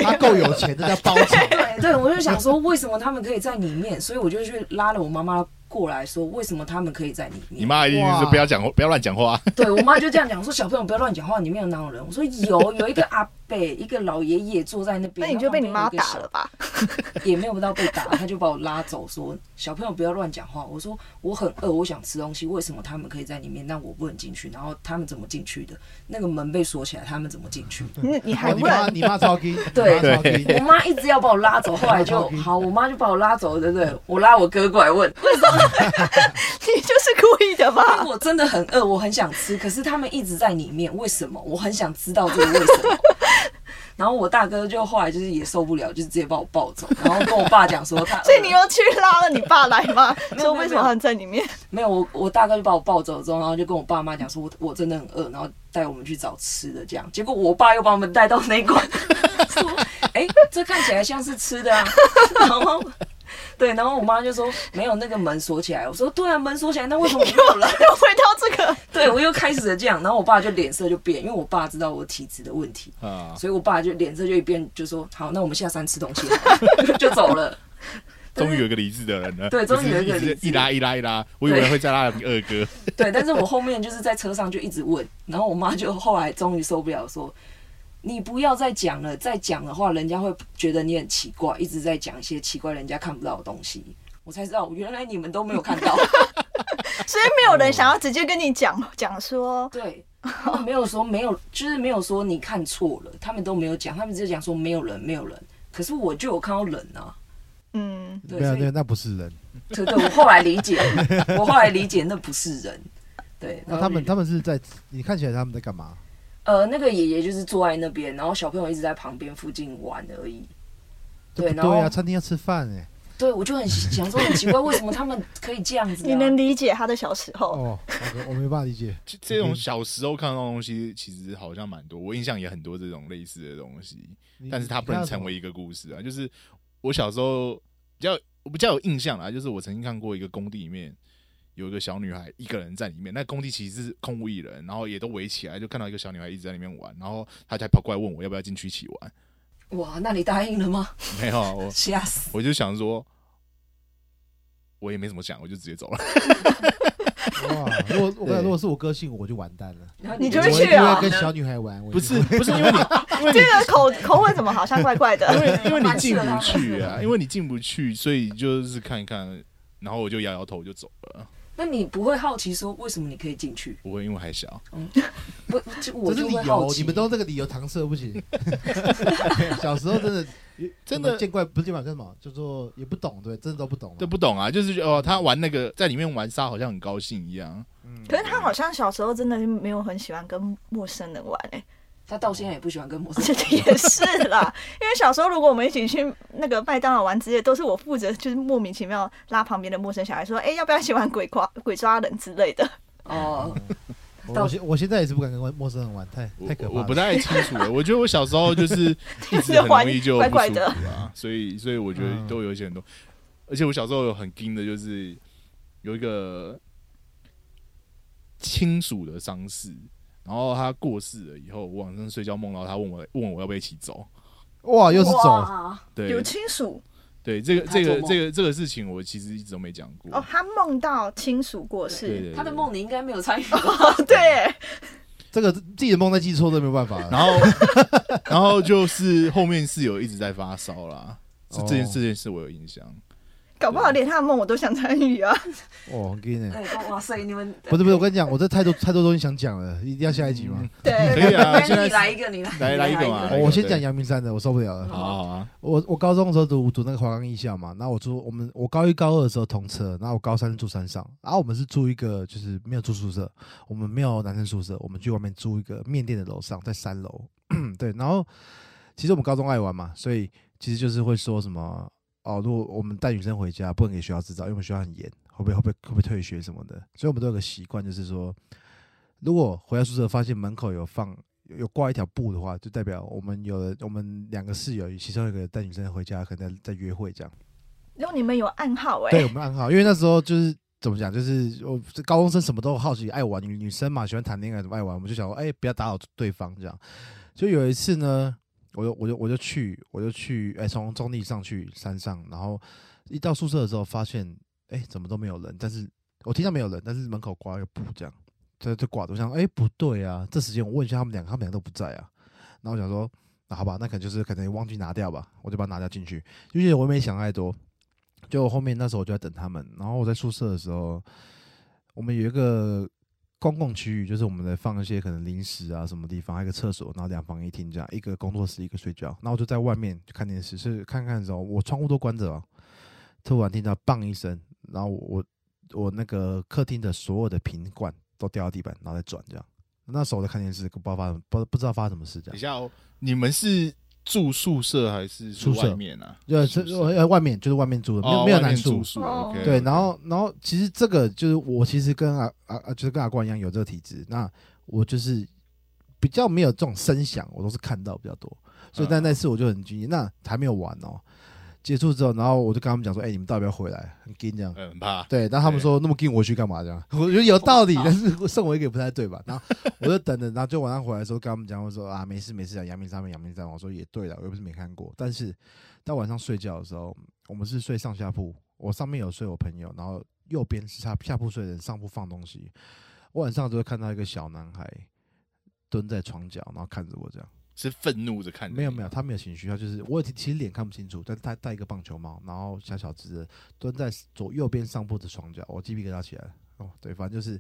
Speaker 2: 他够有钱，这叫包 场。
Speaker 5: 对对，我就想说，为什么他们可以在里面？所以我就去拉了我妈妈过来说，为什么他们可以在里
Speaker 3: 你
Speaker 5: 面？
Speaker 3: 妈一定是
Speaker 2: 哇
Speaker 3: 不要讲话，不要乱讲 话。
Speaker 5: 对我妈就这样讲说，小朋友不要乱讲话，里面有哪有人？我说有，有一个阿伯，一个老爷爷坐在那
Speaker 4: 那
Speaker 5: 边。
Speaker 4: 你就被你妈
Speaker 5: 然后
Speaker 4: 打
Speaker 5: 旁边有一个
Speaker 4: 了吧？
Speaker 5: 小，也没有到被打，他就把我拉走说，小朋友不要乱讲话。我说我很饿，我想吃东西，为什么他们可以在里面，那我不能进去？然后他们怎么进去的？那个门被锁起来，他们怎么进去？
Speaker 4: 你你还
Speaker 2: 哦你妈
Speaker 4: 问？
Speaker 2: 你妈超 gay，
Speaker 5: 对
Speaker 2: 你妈超 gay
Speaker 5: 我妈一直要把我拉走，后来 就好，我妈就把我拉走，对不对？我拉我哥过来问，
Speaker 4: 你就是故意的
Speaker 5: 因
Speaker 4: 吧？
Speaker 5: 为我真的很饿，我很想吃，可是他们一直在里面，为什么？我很想知道这个为什么。然后我大哥就后来就是也受不了，就是直接把我抱走，然后跟我爸讲说他 饿了，
Speaker 4: 所以你又去拉了你爸来吗？
Speaker 5: 没有
Speaker 4: 说为什么他在里面？
Speaker 5: 没有我，我大哥就把我抱走之后，然后就跟我爸妈讲说我我真的很饿，然后带我们去找吃的这样。结果我爸又把我们带到那一馆， 说哎、这看起来像是吃的啊， 然后。对，然后我妈就说没有那个门锁起来。我说对啊，门锁起来，那为什么没有来？
Speaker 4: 又回到这 个，
Speaker 5: 对我又开始了这样，然后我爸就脸色就变，因为我爸知道我体质的问题，
Speaker 3: 啊，
Speaker 5: 所以我爸就脸色就一变，就说好，那我们下山吃东西好了， 就走了。
Speaker 3: 终于有一个理智的人了。
Speaker 5: 对终于有一个
Speaker 3: 不是
Speaker 5: 理
Speaker 3: 直
Speaker 5: 智
Speaker 3: 一拉一拉一拉，我以为
Speaker 5: 对
Speaker 3: 会再拉你二 哥。
Speaker 5: 对，但是我后面就是在车上就一直问，然后我妈就后来终于受不了说。你不要再讲了，再讲的话，人家会觉得你很奇怪，一直在讲一些奇怪人家看不到的东西。我才知道，原来你们都没有看到。
Speaker 4: 所以没有人想要直接跟你讲讲说，
Speaker 5: 对，他们没有说没有，就是没有说你看错了，他们都没有讲，他们只是讲说没有人，没有人。可是我就有看到人啊，
Speaker 4: 嗯，
Speaker 5: 对
Speaker 2: 没有
Speaker 5: 所以
Speaker 2: 没有，那不是人。
Speaker 5: 对对，我后来理解， 我后来理解那不是人。对，然
Speaker 2: 那
Speaker 5: 后
Speaker 2: 他们
Speaker 5: 就
Speaker 2: 他们是在你看起来他们在干嘛？
Speaker 5: 呃，那个爷爷就是坐在那边，然后小朋友一直在旁边附近玩而已。
Speaker 2: 这不
Speaker 5: 对然后
Speaker 2: 对啊，餐厅要吃饭哎。
Speaker 5: 对，我就很想说很奇怪，为什么他们可以这样子、啊？
Speaker 4: 你能理解他的小时候，
Speaker 2: 哦，好的我没办法理解。
Speaker 3: 这这种小时候看到的东西，其实好像蛮多，我印象也很多这种类似的东西，
Speaker 2: 你
Speaker 3: 但是它不能成为
Speaker 2: 你
Speaker 3: 一个故事啊。就是我小时候比较我比较有印象啦，就是我曾经看过一个工地里面有一个小女孩一个人在里面，那工地其实是空无一人，然后也都围起来，就看到一个小女孩一直在里面玩，然后她才跑过来问我要不要进去一起玩。
Speaker 5: 哇，那你答应了吗？
Speaker 3: 没有啊，我
Speaker 5: 吓死！
Speaker 3: 我就想说。我也没怎么想，我就直接走了。
Speaker 2: 看得懂 哇，如果我跟你
Speaker 3: 对
Speaker 2: 讲如果是我个性，我就完蛋了。
Speaker 5: 然后
Speaker 4: 你就
Speaker 2: 我
Speaker 4: 会
Speaker 2: 一
Speaker 4: 去
Speaker 2: 定要
Speaker 4: 啊
Speaker 2: 跟小女孩玩，我
Speaker 3: 不
Speaker 2: 一定
Speaker 3: 是不是因 为你，因为 你
Speaker 4: 这个口口吻怎么好像怪 怪
Speaker 3: 因
Speaker 4: 的？
Speaker 3: 为因为你进不去啊，因为你进不去，所以就是看一看，然后我就摇摇头就走了。
Speaker 5: 那你不会好奇说为什么你可以进去？
Speaker 3: 不会，因为还小，
Speaker 5: 不，就我
Speaker 2: 这是
Speaker 5: 就会
Speaker 2: 理
Speaker 5: 好
Speaker 2: 由，
Speaker 5: 奇。
Speaker 2: 你们都这个理由搪塞不起。 小时候真的
Speaker 3: 真的
Speaker 2: 见怪不是见怪，叫什么？叫做也不懂，对，真的都不懂嘛。
Speaker 3: 都不懂啊，就是觉得哦，他玩那个在里面玩沙好像很高兴一样。
Speaker 4: 可是他好像小时候真的没有很喜欢跟陌生人玩诶、
Speaker 5: 他到现在也不喜欢跟陌生
Speaker 4: 这
Speaker 5: 人。
Speaker 4: 个也是 啦，因为小时候如果我们一起去那个麦当劳玩之类，都是我负责，就是莫名其妙拉旁边的陌生小孩说：“哎、要不要一起玩鬼抓鬼抓人之类的
Speaker 5: 哦，
Speaker 2: 我我现我现在也是不敢跟陌生人玩，太
Speaker 3: 我
Speaker 2: 太可
Speaker 3: 我
Speaker 2: 怕
Speaker 3: 我不
Speaker 2: 了。
Speaker 3: 太清楚欸了。我觉得我小时候就是一直很容易就不舒服啊，所以所以我觉得都有一些很多，而且我小时候有很惊的，就是有一个亲属的丧事，然后他过世了以后，我晚上睡觉梦到他问我问我要不要一起走。
Speaker 2: 哇，又是走，
Speaker 5: 哇，
Speaker 3: 对，？”
Speaker 4: 有亲属
Speaker 3: 对，这个
Speaker 5: 他
Speaker 3: 这
Speaker 5: 做
Speaker 3: 个
Speaker 5: 梦
Speaker 3: 这个这个事情，我其实一直都没讲过。
Speaker 4: 哦，他梦到亲属过
Speaker 3: 对对
Speaker 4: 世，
Speaker 3: 对
Speaker 5: 他的梦你应该没有参与吧。
Speaker 4: 哦，对，
Speaker 2: 这个自己的梦再记错都没办法了。
Speaker 3: 然后然后就是后面是有一直在发烧啦，是这件
Speaker 2: 哦
Speaker 3: 这件事我有印象。
Speaker 4: 搞不好连他的梦我都想参与 啊。
Speaker 2: 哦，很给呢。
Speaker 5: 哎，哇塞，你们
Speaker 2: 不是不是，我跟你讲，我这太多太多东西想讲了，一定要下一集吗？
Speaker 4: 对，
Speaker 3: 可以啊
Speaker 5: 那
Speaker 3: 现在
Speaker 5: 你
Speaker 3: 是
Speaker 5: 来一个，你来，
Speaker 3: 来来
Speaker 5: 你来
Speaker 3: 一个嘛
Speaker 2: 哦我先讲阳明山的，我受不了了。
Speaker 3: 好啊好啊，
Speaker 2: 我我高中的时候读读那个华冈艺校嘛，然后我住我们我高一高二的时候同车，然后我高三住山上，然后我们是住一个就是没有住宿舍，我们没有男生宿舍，我们去外面租一个面店的楼上，在三楼。 对，然后其实我们高中爱玩嘛，所以其实就是会说什么哦，如果我们带女生回家，不能给学校知道，因为我们学校很严，会不会会不会会不会退学什么的，所以我们都有个习惯，就是说如果回到宿舍发现门口有放有有挂一条布的话，就代表我们有了我们两个室友，其中一个带女生回家，可能在在约会这样。
Speaker 4: 然后你们有暗号哎、
Speaker 2: 对我们暗号，因为那时候就是怎么讲，就是我这高中生什么都好奇，爱玩女女生嘛，喜欢谈恋爱，爱玩，我们就想说，哎、不要打扰对方这样。就有一次呢，我就我就我就去我就去，哎、从中立上去山上，然后一到宿舍的时候，发现哎、怎么都没有人，但是我听到没有人，但是门口挂一个布这样，就就挂着，我想哎、不对啊，这时间我问一下他们两个，他们两个都不在啊，然后我想说。那好吧，那可能就是可能忘记拿掉吧，我就把它拿掉进去。因为我也没想太多，就后面那时候我就在等他们，然后我在宿舍的时候，我们有一个公共区域，就是我们来放一些可能零食啊什么地方，还有一个厕所，然后两房一厅这样，一个工作室，一个睡觉。那我就在外面就看电视，是看看的时候，我窗户都关着了，突然听到“棒”一声，然后我我我那个客厅的所有的瓶罐都掉到地板，然后再转这样。那时候我在看电视，不知道发生不不知道发生什么事这
Speaker 3: 等一
Speaker 2: 样。
Speaker 3: 下哦，你们是住宿舍还是住
Speaker 2: 宿舍
Speaker 3: 外面啊？
Speaker 2: 呃，
Speaker 3: 宿
Speaker 2: 是
Speaker 3: 舍
Speaker 2: 呃外面就是外面住的，没有、
Speaker 3: 哦
Speaker 2: 没有
Speaker 3: 外面
Speaker 2: 难
Speaker 3: 住
Speaker 2: 处，
Speaker 3: 宿
Speaker 4: 哦
Speaker 3: ，OK，
Speaker 2: 对，
Speaker 3: OK
Speaker 2: 然后然后其实这个就是我其实跟阿阿阿就是跟阿冠一样有这个体质，那我就是比较没有这种声响，我都是看到比较多，所以但
Speaker 3: 嗯
Speaker 2: 那次我就很惊讶，那还没有完哦，结束之后，然后我就跟他们讲说，哎、你们到底要不要回来？很惊这样。
Speaker 3: 呃很怕，
Speaker 2: 对，然后他们说那么近我去干嘛这样？ 我觉得有道理，但是送我一个也不太对 吧？然后我就等着，然后就晚上回来的时候跟他们讲，我说啊没事没事啊，阳明山嘛阳明山嘛，我说也对了，我又不是没看过。但是到晚上睡觉的时候，我们是睡上下铺，我上面有睡我朋友，然后右边是下下铺睡人，上铺放东西。我晚上就会看到一个小男孩蹲在床角，然后看着我这样。
Speaker 3: 是愤怒着看你，
Speaker 2: 没有没有，他没有情绪，他就是我其其实脸看不清楚，但是他戴一个棒球帽，然后小小只的蹲在左右边上铺的床角，我鸡皮疙瘩起来了。哦，对，反正就是，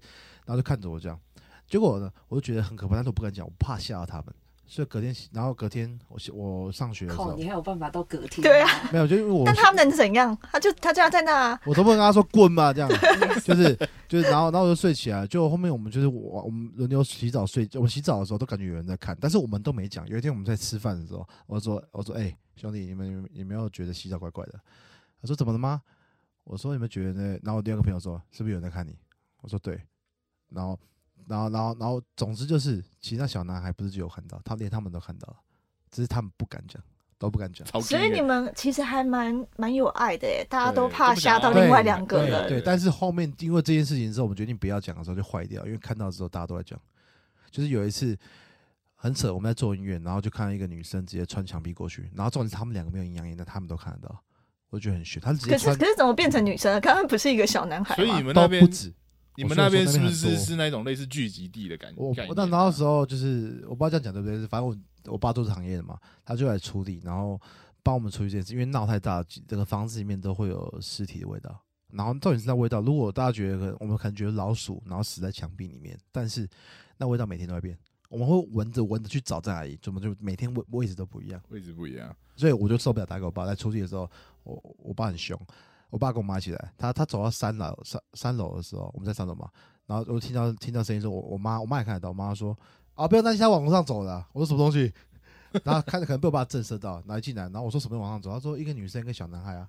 Speaker 2: 然后就看着我这样，结果呢，我就觉得很可怕，但是我不敢讲，我怕吓到他们。所以隔天，然后隔天我我上学的时
Speaker 5: 靠，
Speaker 2: 候
Speaker 5: 你，还有办法到隔天？
Speaker 4: 对
Speaker 5: 啊，
Speaker 2: 没有，就因为我
Speaker 4: 但他们能怎样？他就他就要在那啊，
Speaker 2: 我都不能跟他说滚吧，这样 就是就是，然后然后我就睡起来，就后面我们就是我我们轮流洗澡睡，我们洗澡的时候都感觉有人在看，但是我们都没讲。有一天我们在吃饭的时候，我说我说哎、兄弟，你们你们你们有觉得洗澡怪怪的？他说怎么了吗？我说你们觉得呢？然后我第二个朋友说是不是有人在看你？我说对，然后然后然后然后总之就是，其实那小男孩不是只有看到，他连他们都看到了，只是他们不敢讲，都不敢讲。
Speaker 3: 超
Speaker 4: 所
Speaker 3: 惊
Speaker 4: 以你
Speaker 3: 人
Speaker 4: 们其实还蛮蛮有爱的哎，大家都
Speaker 3: 对
Speaker 4: 怕
Speaker 3: 都不想
Speaker 4: 吓到
Speaker 3: 要
Speaker 4: 另外
Speaker 2: 对
Speaker 4: 两个
Speaker 2: 对
Speaker 4: 人。
Speaker 2: 对，但是后面因为这件事情之后，我们决定不要讲的时候就坏掉，因为看到之后大家都在讲。就是有一次很扯，我们在做音乐，然后就看到一个女生直接穿墙壁过去，然后重点是他们两个没有营养液，但他们都看得到，我就觉得很悬。他直接
Speaker 4: 可是
Speaker 2: 穿
Speaker 4: 可是怎么变成女生了？刚刚不是一个小男孩
Speaker 3: 所以你
Speaker 4: 吗？
Speaker 3: 们
Speaker 2: 包
Speaker 3: 那
Speaker 2: 不
Speaker 3: 边，
Speaker 2: 止。
Speaker 3: 你们
Speaker 2: 我
Speaker 3: 那
Speaker 2: 说
Speaker 3: 边
Speaker 2: 我
Speaker 3: 是
Speaker 2: 说那
Speaker 3: 不
Speaker 2: 边很
Speaker 3: 是
Speaker 2: 多
Speaker 3: 是那种类似聚集地的感
Speaker 2: 我
Speaker 3: 概
Speaker 2: 我
Speaker 3: 念
Speaker 2: 那
Speaker 3: 啊
Speaker 2: 那时候就是我不知道这样讲对不对，反正我我爸做这行业的嘛，他就来处理，然后帮我们处理这件事，因为闹太大，整个房子里面都会有尸体的味道。然后重点是那味道，如果大家觉得可能我们可能觉得老鼠，然后死在墙壁里面，但是那味道每天都在变，我们会闻着闻着去找在哪里，怎么就每天位位置都不一样，
Speaker 3: 位置不一样，
Speaker 2: 所以我就受不了打给我爸。在处理的时候，我我爸很凶，我爸跟我妈一起来，他他走到三楼三三楼的时候，我们在三楼嘛，然后我听到听到声音说，我我妈我妈也看得到，我妈说啊不要担心，他往上走了。我说什么东西？ 然后看着可能被我爸震慑到，然后一进来，然后我说什么往上走，他说一个女生一个小男孩啊，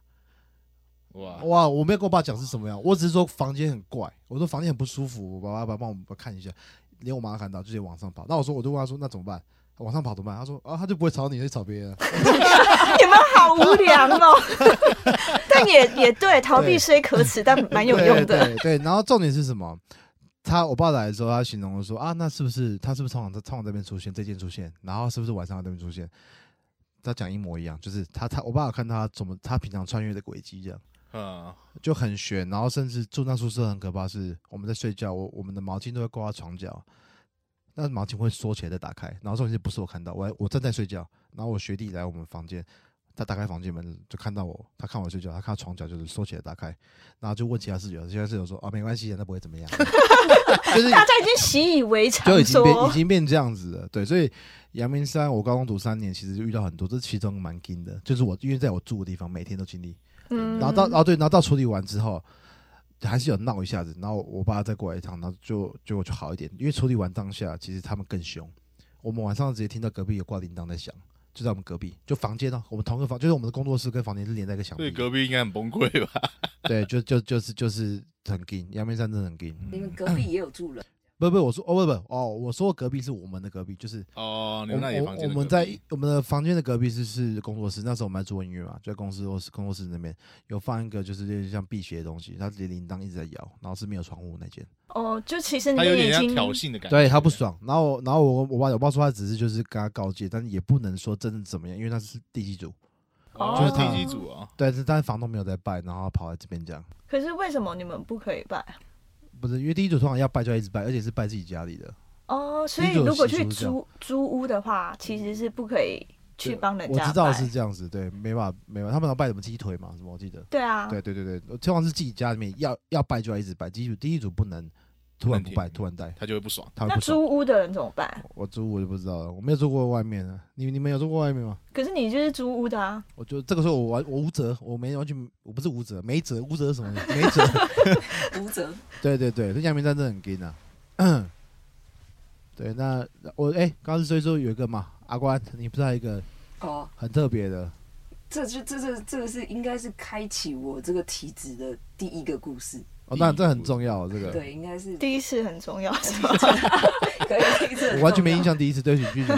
Speaker 3: 哇，
Speaker 2: 哇，我没有跟我爸讲是什么样，我只是说房间很怪，我说房间很不舒服，我爸爸帮我们看一下，连我妈看到就直接往上跑，那我说我就问他说那怎么办？往上跑怎么办？他说啊，他就不会吵你，会吵别人啊。
Speaker 4: 你们好无良 哦。但也也对，逃避
Speaker 2: 对
Speaker 4: 虽可耻，但蛮有用的。
Speaker 2: 对对对，然后重点是什么？他我爸来的时候，他形容说啊，那是不是他是不是通常在通常这边出现，这件出现，然后是不是晚上这边出现？他讲一模一样，就是他他我爸有看到他怎么他平常穿越的轨迹这样。
Speaker 3: 嗯，
Speaker 2: 就很悬，然后甚至住那宿舍很可怕，是我们在睡觉，我我们的毛巾都会挂在床角，那毛巾会缩起来再打开，然后重点是不是我看到，我还我正在睡觉，然后我学弟来我们房间，他打开房间门就看到我，他看我睡觉，他看到床角就是缩起来打开，然后就问其他室友，其他室友说啊没关系，那不会怎么样，就是
Speaker 4: 大家已经习以为常
Speaker 2: 就已，经变已
Speaker 4: 说
Speaker 2: 经变这样子了。对，所以阳明山我高中读三年，其实就遇到很多，这其中蛮惊的，就是我因为在我住的地方每天都经历，
Speaker 4: 嗯
Speaker 2: 然后到哦对，然后到处理完之后，还是有闹一下子，然后我爸再过来一趟，然后就就就好一点，因为处理完当下，其实他们更凶。我们晚上直接听到隔壁有挂铃铛在响，就在我们隔壁，就房间哦，我们同个房，就是我们的工作室跟房间是连在一个墙
Speaker 3: 所
Speaker 2: 壁
Speaker 3: 以，隔壁应该很崩溃吧？
Speaker 2: 对，就就就是就是很劲，阳明山真的很劲。
Speaker 5: 嗯你们隔壁也有住人，
Speaker 2: 不不，我说哦不不哦，我说隔壁是我们的隔壁，就是
Speaker 3: 哦，你
Speaker 2: 我
Speaker 3: 们那里
Speaker 2: 们
Speaker 3: 房
Speaker 2: 我
Speaker 3: 间的隔
Speaker 2: 们在
Speaker 3: 壁
Speaker 2: 我们的房间的隔壁是是工作室，那时候我们在做音乐嘛，就在公司或是工作室那边有放一个就是类似像辟邪的东西，它直接铃铛一直在摇，然后是没有窗户那间，
Speaker 4: 哦，就其实你
Speaker 3: 他
Speaker 4: 们
Speaker 3: 有
Speaker 4: 也
Speaker 3: 点
Speaker 4: 已
Speaker 3: 像
Speaker 4: 经
Speaker 3: 挑衅的感觉，
Speaker 2: 对他不爽，然后然后我我爸我爸说他只是就是跟他告诫，但是也不能说真的怎么样，因为他是地基主，
Speaker 3: 哦，
Speaker 2: 就
Speaker 3: 就是是
Speaker 2: 他
Speaker 3: 地基组啊，
Speaker 2: 对，但是房东没有在拜，然后跑来这边这样，
Speaker 4: 可是为什么你们不可以拜？
Speaker 2: 不是因为地基主通常要拜就要一直拜，而且是拜自己家里的，
Speaker 4: 哦，所以
Speaker 2: 第一种
Speaker 4: 如果
Speaker 2: 习
Speaker 4: 去
Speaker 2: 俗是这样
Speaker 4: 租租屋的话，其实是不可以去
Speaker 2: 对
Speaker 4: 帮人
Speaker 2: 我
Speaker 4: 家
Speaker 2: 知道
Speaker 4: 拜。
Speaker 2: 是这样子，对，没办法没办法，他们要拜什么鸡腿嘛什么我记得。
Speaker 4: 对啊，
Speaker 2: 对对对对，通常是自己家里面要要拜就要一直拜，第一组第一组不能突然不
Speaker 3: 不能
Speaker 2: 拜，
Speaker 3: 停
Speaker 2: 突然带，
Speaker 3: 他就会不爽。
Speaker 2: 他会
Speaker 4: 那
Speaker 2: 不爽。
Speaker 4: 租屋的人怎么办？
Speaker 2: 我租我就不知道了，我没有住过外面啊。你你们有住过外面吗？
Speaker 4: 可是你就是租屋的啊，
Speaker 2: 我就这个时候我完我无责，我没完全我不是无责，没责无责是什么？没责。
Speaker 5: 读者
Speaker 2: 对对对，这阳明山真的很劲啊。对，那我哎，刚刚所以说有一个嘛，阿关，你不知道一个
Speaker 5: 哦，
Speaker 2: 很特别的，
Speaker 5: 这就这这这个是应该是开启我这个体质的第一个故事，
Speaker 2: 哦，那这很重要，这个
Speaker 5: 对，应该是
Speaker 4: 第一次很重要， 是吧？
Speaker 5: 可以，这个
Speaker 2: 我完全没
Speaker 5: 很
Speaker 2: 印
Speaker 5: 重要。
Speaker 2: 象第一次，对不起，继续。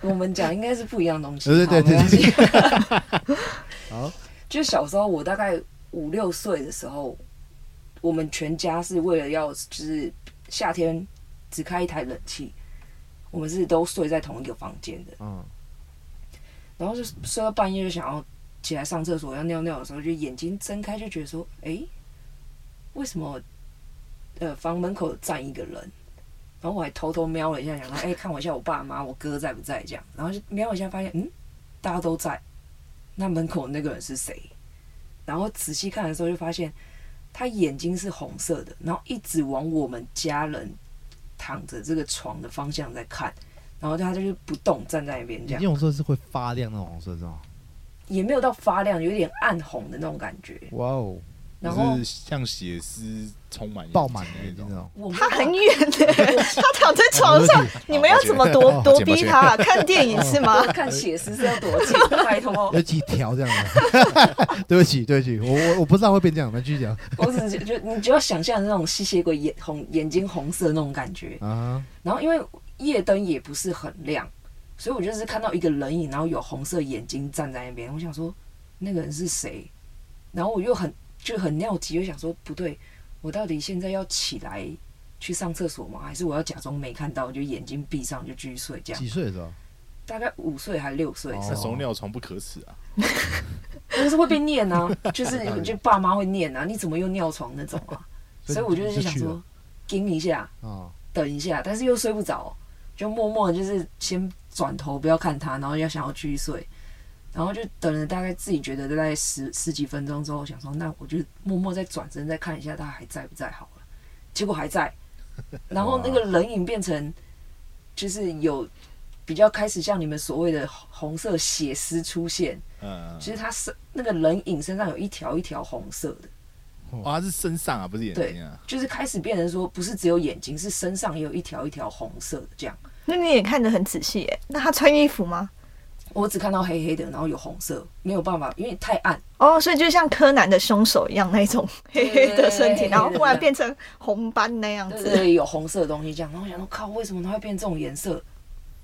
Speaker 5: 我们讲应该是不一样的东西，
Speaker 2: 对对对
Speaker 5: 好没关系
Speaker 2: 好，
Speaker 5: 就小时候，我大概五六岁的时候，我们全家是为了要就是夏天只开一台冷气，我们是都睡在同一个房间的，
Speaker 2: 嗯，
Speaker 5: 然后就睡到半夜就想要起来上厕所要尿尿的时候，就眼睛睁开就觉得说，诶，为什么呃房门口站一个人？然后我还偷偷瞄了一下，想说，诶，看我一下我爸妈我哥在不在这样，然后就瞄一下发现，嗯，大家都在，那门口那个人是谁？然后仔细看的时候就发现他眼睛是红色的，然后一直往我们家人躺着这个床的方向在看，然后他就是不动站在那边这
Speaker 2: 眼。
Speaker 5: 样
Speaker 2: 睛红色是会发亮那种红色，是吗？
Speaker 5: 也没有到发亮，有点暗红的那种感觉。
Speaker 2: 哇哦，
Speaker 5: 然
Speaker 3: 就
Speaker 5: 后
Speaker 3: 是像血丝充满眼睛
Speaker 2: 爆满的
Speaker 3: 那
Speaker 2: 眼睛那
Speaker 3: 种，
Speaker 2: 种。
Speaker 5: 我
Speaker 4: 他很远的， 他躺在床上，你们要怎么
Speaker 2: 哦
Speaker 4: 躲
Speaker 2: 抱
Speaker 4: 躲
Speaker 3: 歉
Speaker 4: 避他啊？看电影是 吗？
Speaker 5: 看血丝是要多近，
Speaker 4: 啊
Speaker 5: 拜
Speaker 3: 哦
Speaker 5: 托，
Speaker 2: 有几条这样的。 对不起，对不起，我我我不知道会变这样，那继续讲
Speaker 5: 我只是就你就要想象那种吸血鬼眼红眼睛红色的那种感觉。
Speaker 2: 啊。
Speaker 5: 然后因为夜灯也不是很亮，所以我就是看到一个人影，然后有红色眼睛站在那边，我想说那个人是谁？然后我又很就很尿急，就想说不对，我到底现在要起来去上厕所吗？还是我要假装没看到，就眼睛闭上就继续睡觉？
Speaker 3: 哦
Speaker 2: 几岁的时候？
Speaker 5: 大概五岁还六岁的时候
Speaker 2: 哦
Speaker 3: 那时候尿床不可耻啊，
Speaker 5: 可是会被念 啊，就是就爸妈会念啊，你怎么又尿床那种啊？所以我就是想
Speaker 2: 就去
Speaker 5: 说
Speaker 2: 了，
Speaker 5: 盯一下，
Speaker 2: 啊，
Speaker 5: 等一下，但是又睡不着，就默默地就是先转头不要看他，然后要想要继续睡，然后就等了大概自己觉得大概十十几分钟之后，想说那我就默默再转身再看一下他还在不在好了，结果还 在，然后那个人影变成就是有比较开始像你们所谓的红色血丝出现。
Speaker 3: 嗯，
Speaker 5: 其实他身那个人影身上有一条一条红色的，
Speaker 3: 哦，他是身上啊，不是眼睛啊，
Speaker 5: 就是开始变成说不是只有眼睛，是身上也有一条一条红色的这样。
Speaker 4: 那你也看得很仔细耶。那他穿衣服吗？
Speaker 5: 我只看到黑黑的，然后有红色，没有办法，因为太暗。
Speaker 4: 哦，所以就像柯南的凶手一样那一种 黑黑的身体，
Speaker 5: 对
Speaker 4: 然后忽然变成红斑那样
Speaker 5: 对对
Speaker 4: 子。
Speaker 5: 对，有红色的东西这样。然后我想说，靠，为什么它会变这种颜色？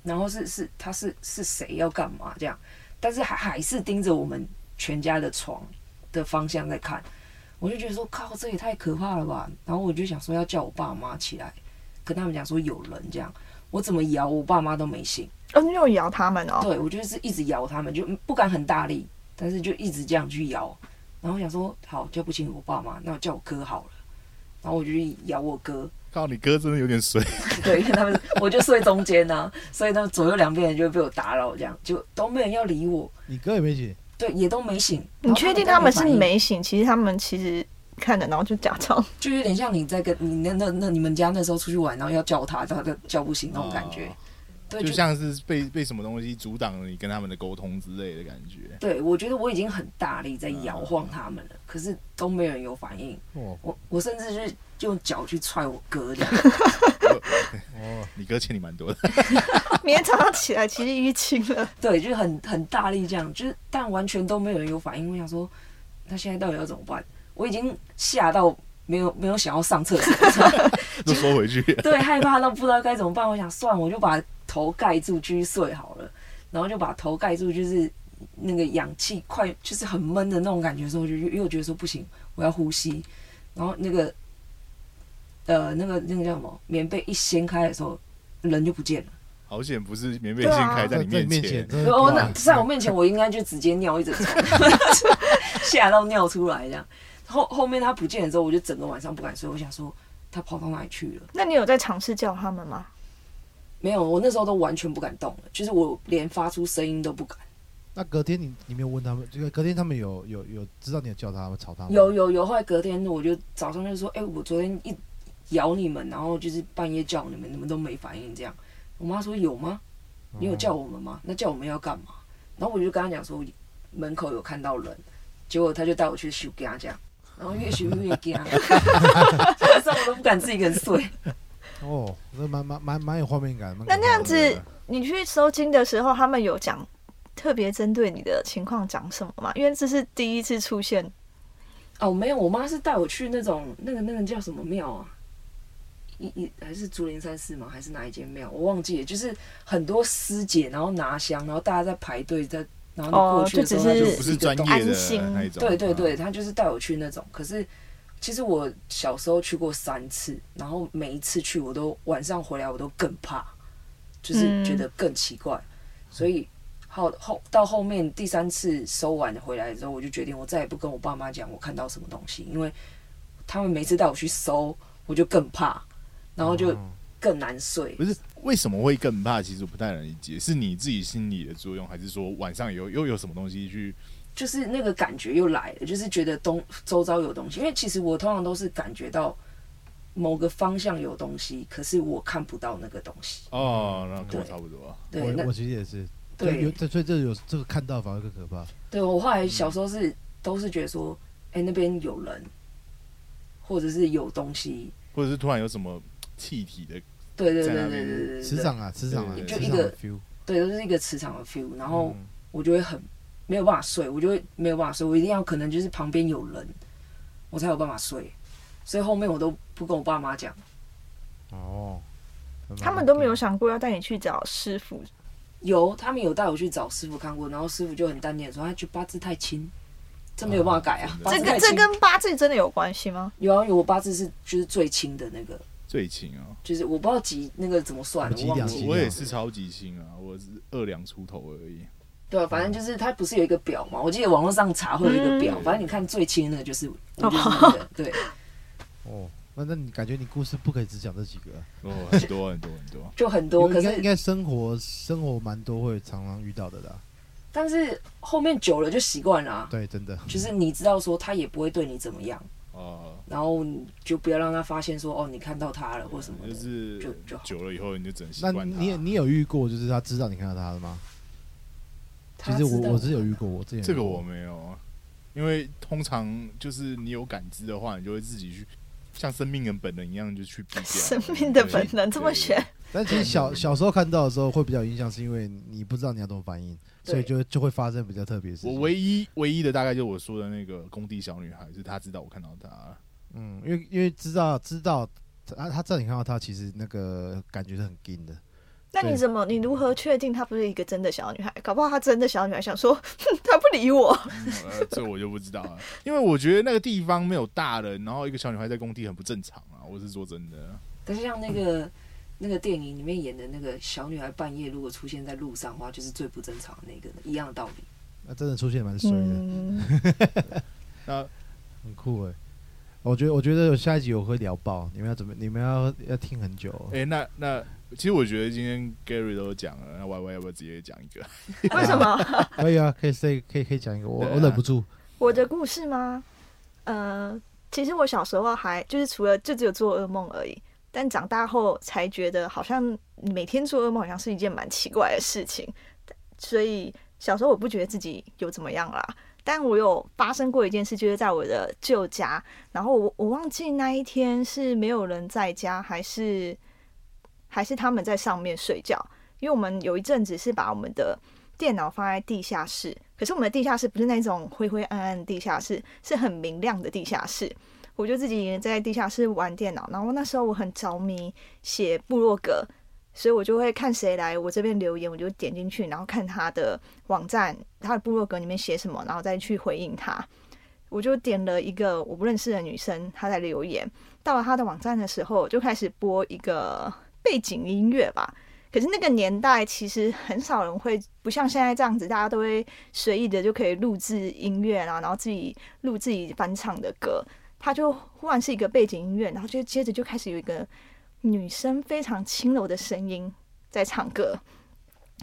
Speaker 5: 然后是是他是是谁要干嘛这样？但是还还是盯着我们全家的床的方向在看，我就觉得说，靠，这也太可怕了吧。然后我就想说要叫我爸妈起来，跟他们讲说有人这样。我怎么摇，我爸妈都没醒。
Speaker 4: 哦，你有摇他们哦。
Speaker 5: 对，我就是一直摇他们，就不敢很大力，但是就一直这样去摇。然后我想说，好叫不醒我爸妈，那我叫我哥好了。然后我就去摇我哥，
Speaker 3: 靠，你哥真的有点水，
Speaker 5: 对，因为他们我就睡中间呢、所以呢左右两边人就会被我打扰，这样就都没有人要理我，
Speaker 2: 你哥也没几？
Speaker 5: 对，也都没醒。
Speaker 4: 你确定他们是
Speaker 5: 没？
Speaker 4: 没醒？其实他们其实看了，然后就假装。
Speaker 5: 就有点像你在跟你那那那你们家那时候出去玩，然后要叫他，他他叫不醒那种感觉。
Speaker 3: 哦
Speaker 5: 对，
Speaker 3: 就像是被被什么东西阻挡了你跟他们的沟通之类的感觉。
Speaker 5: 对我觉得我已经很大力在摇
Speaker 3: 嗯
Speaker 5: 晃他们了，可是都没有人有反应。
Speaker 2: 哦
Speaker 5: 我我甚至就是用脚去踹我哥这样。
Speaker 2: 哦，
Speaker 3: 你哥欠你蛮多 的，
Speaker 4: 明天早上起来其实淤青了。
Speaker 5: 对，就是很很大力这样，就是但完全都没有人有反应。我想说，那现在到底要怎么办？我已经吓到没有没有想要上厕所，
Speaker 3: 都缩回去。
Speaker 5: 对，害怕到不知道该怎么办。我想算了，我就把头盖住继续睡好了，然后就把头盖住，就是那个氧气快就是很闷的那种感觉的时候，我就又又觉得说不行，我要呼吸。然后那个呃那个那个叫什么棉被一掀开的时候，人就不见了。
Speaker 3: 好险不是棉被
Speaker 5: 啊
Speaker 3: 掀开在你
Speaker 2: 在
Speaker 3: 面
Speaker 2: 你面前，真的
Speaker 5: 我哦那
Speaker 2: 哇
Speaker 5: 在我面前，我应该就直接尿一整床， 吓到尿出来这样。后后面他不见了之后，我就整个晚上不敢睡。我想说他跑到哪里去了？
Speaker 4: 那你有在尝试叫他们吗？
Speaker 5: 没有，我那时候都完全不敢动了，就是我连发出声音都不敢。
Speaker 2: 那隔天你你没有问他们，这个隔天他们有有有知道你有叫他们吵他吗？
Speaker 5: 有有有，后来隔天我就早上就说，哎、我昨天一咬你们，然后就是半夜叫你们，你们都没反应这样。我妈说有吗？你有叫我们吗？那叫我们要干嘛？然后我就跟她讲说，门口有看到人，结果她就带我去修家这样，然后越修越惊， 晚上我都不敢自己一个人睡。
Speaker 2: 哦，那蛮蛮蛮蛮有画面感。蛮
Speaker 4: 那
Speaker 2: 可
Speaker 4: 那样
Speaker 2: 怕的
Speaker 4: 子，你去收金的时候，他们有讲特别针对你的情况讲什么吗？因为这是第一次出现，
Speaker 5: 哦，没有，我妈是带我去那种那个那个叫什么庙啊？一一还是竹林山寺吗？还是哪一间庙？我忘记了。就是很多师姐，然后拿香，然后大家在排队，在然后你过去的时候，
Speaker 4: 哦就
Speaker 5: 她
Speaker 4: 只
Speaker 3: 就是
Speaker 5: 就
Speaker 3: 不是
Speaker 5: 一个
Speaker 3: 专
Speaker 5: 动
Speaker 3: 业
Speaker 5: 作
Speaker 4: 安
Speaker 3: 的
Speaker 4: 心
Speaker 3: 那一种。
Speaker 5: 对对对，
Speaker 3: 嗯，
Speaker 5: 她就是带我去那种。可是其实我小时候去过三次，然后每一次去我都晚上回来我都更怕，就是觉得更奇怪，所以。后后到后面第三次收完回来之后，我就决定我再也不跟我爸妈讲我看到什么东西，因为他们每次带我去搜，我就更怕，然后
Speaker 3: 哦
Speaker 5: 就更难睡。
Speaker 3: 不是为什么会更怕？其实我不太能理解，是你自己心理的作用，还是说晚上有又有什么东西去？
Speaker 5: 就是那个感觉又来了，就是觉得东周遭有东西。因为其实我通常都是感觉到某个方向有东西，可是我看不到那个东西。
Speaker 3: 哦，那跟我差不多。
Speaker 5: 对，那
Speaker 2: 我我其实也是，
Speaker 5: 对
Speaker 2: 就有这所以这有这个看到反而更可怕。
Speaker 5: 对我后来小时候是、都是觉得说，哎、那边有人，或者是有东西。
Speaker 3: 或者是突然有什么气体的，
Speaker 5: 对对
Speaker 3: 在
Speaker 5: 对
Speaker 3: 那
Speaker 5: 对
Speaker 3: 边
Speaker 5: 对对
Speaker 2: 磁
Speaker 5: 对对，
Speaker 2: 场啊，磁场啊，
Speaker 3: 对
Speaker 5: 就
Speaker 2: 磁
Speaker 5: 一
Speaker 2: 场
Speaker 5: 个
Speaker 2: 的 feel。
Speaker 5: 对，都是一个磁场的 feel。然后
Speaker 3: 嗯
Speaker 5: 我就会很没有办法睡，我就会没有办法睡，我一定要可能就是旁边有人，我才有办法睡。所以后面我都不跟我爸妈讲。
Speaker 2: 哦，
Speaker 4: 他们都没有想过要带你去找师傅。
Speaker 5: 有，他们有带我去找师傅看过，然后师傅就很淡定的说，他觉得八字太轻，这没有办法改啊。
Speaker 3: 啊
Speaker 5: 八
Speaker 4: 这
Speaker 5: 字
Speaker 4: 跟
Speaker 5: 太
Speaker 4: 这
Speaker 5: 轻
Speaker 4: 跟八字真的有关系吗？
Speaker 5: 有啊，有我八字是就是最轻的那个，
Speaker 3: 最轻啊！
Speaker 5: 就是我不知道几那个怎么算，
Speaker 2: 几
Speaker 5: 我忘
Speaker 2: 两
Speaker 5: 记
Speaker 2: 轻
Speaker 3: 我
Speaker 2: 啊
Speaker 5: 了。
Speaker 3: 我也是超级轻啊，我是二两出头而已。
Speaker 5: 对啊，反正就是它不是有一个表嘛？我记得网络上查会有一个表，
Speaker 2: 嗯
Speaker 5: 反正你看最轻的那个就是我就是那个对。
Speaker 2: 哦。那那你感觉你故事不可以只讲这几个啊，
Speaker 3: 哦，很多很多很多。
Speaker 5: 就很多，可
Speaker 2: 应该应
Speaker 5: 是
Speaker 2: 该生活生活蛮多会常常遇到的啦。
Speaker 5: 但是后面久了就习惯了、啊，
Speaker 2: 对，真的。
Speaker 5: 就是你知道说他也不会对你怎么样，
Speaker 3: 哦，
Speaker 5: 然后你就不要让他发现说哦你看到他了或什
Speaker 2: 嗯
Speaker 5: 么
Speaker 3: 就
Speaker 5: 的。
Speaker 3: 是
Speaker 5: 就就好
Speaker 3: 久了以后你就只能习
Speaker 2: 那
Speaker 3: 惯它。
Speaker 2: 你你有遇过就是他知道你看到他了吗？其实我我是有遇过，我之前
Speaker 3: 这个我没有啊，因为通常就是你有感知的话，你就会自己去像生命人本能一样就去避掉。
Speaker 4: 生命的本能这么
Speaker 3: 选，
Speaker 4: 选
Speaker 3: 对
Speaker 2: 但其实小小时候看到的时候会比较有印象，是因为你不知道你要怎么反应，
Speaker 5: 对
Speaker 2: 所以就就会发生比较特别的事情。
Speaker 3: 我唯一唯一的大概就是我说的那个工地小女孩，是她知道我看到她了，
Speaker 2: 嗯，因为因为知道知道他他知道你看到他，其实那个感觉是很硬的。
Speaker 4: 那你
Speaker 2: 对
Speaker 4: 怎么，你如何确定她不是一个真的小女孩？搞不好她真的小女孩想说，哼，她不理我。
Speaker 3: 嗯呃这我就不知道了，因为我觉得那个地方没有大人，然后一个小女孩在工地很不正常啊，我是说真的。
Speaker 5: 但是像那个那个电影里面演的那个小女孩半夜如果出现在路上的话，就是最不正常的那个一样的道理。
Speaker 2: 那真的出现蛮水的，
Speaker 4: 嗯，
Speaker 3: 那
Speaker 2: 很酷哎、我觉得我觉得下一集我会聊爆，你们要准备，你们要要听很久、哦。
Speaker 3: 哎、那那其实我觉得今天 Gary 都讲了，那 Y Y 要不要直接讲一个？
Speaker 4: 为什么？
Speaker 2: 可以啊，可以 say 可以可以讲一个，我、
Speaker 3: 对啊
Speaker 2: 我忍不住。
Speaker 4: 我的故事吗？呃，其实我小时候还就是除了就只有做噩梦而已，但长大后才觉得好像每天做噩梦好像是一件蛮奇怪的事情，所以小时候我不觉得自己有怎么样啦。但我有发生过一件事，就是在我的旧家，然后我我忘记那一天是没有人在家，还是还是他们在上面睡觉，因为我们有一阵子是把我们的电脑放在地下室，可是我们的地下室不是那种灰灰暗暗的地下室，是很明亮的地下室。我就自己一个人在地下室玩电脑，然后那时候我很着迷写部落格，所以我就会看谁来我这边留言，我就点进去，然后看他的网站，他的部落格里面写什么，然后再去回应他。我就点了一个我不认识的女生，她在留言。到了她的网站的时候，我就开始播一个背景音乐吧。可是那个年代其实很少人会，不像现在这样子，大家都会随意的就可以录制音乐啦，然后自己录自己翻唱的歌。它就忽然是一个背景音乐，然后就接着就开始有一个女生非常轻柔的声音在唱歌，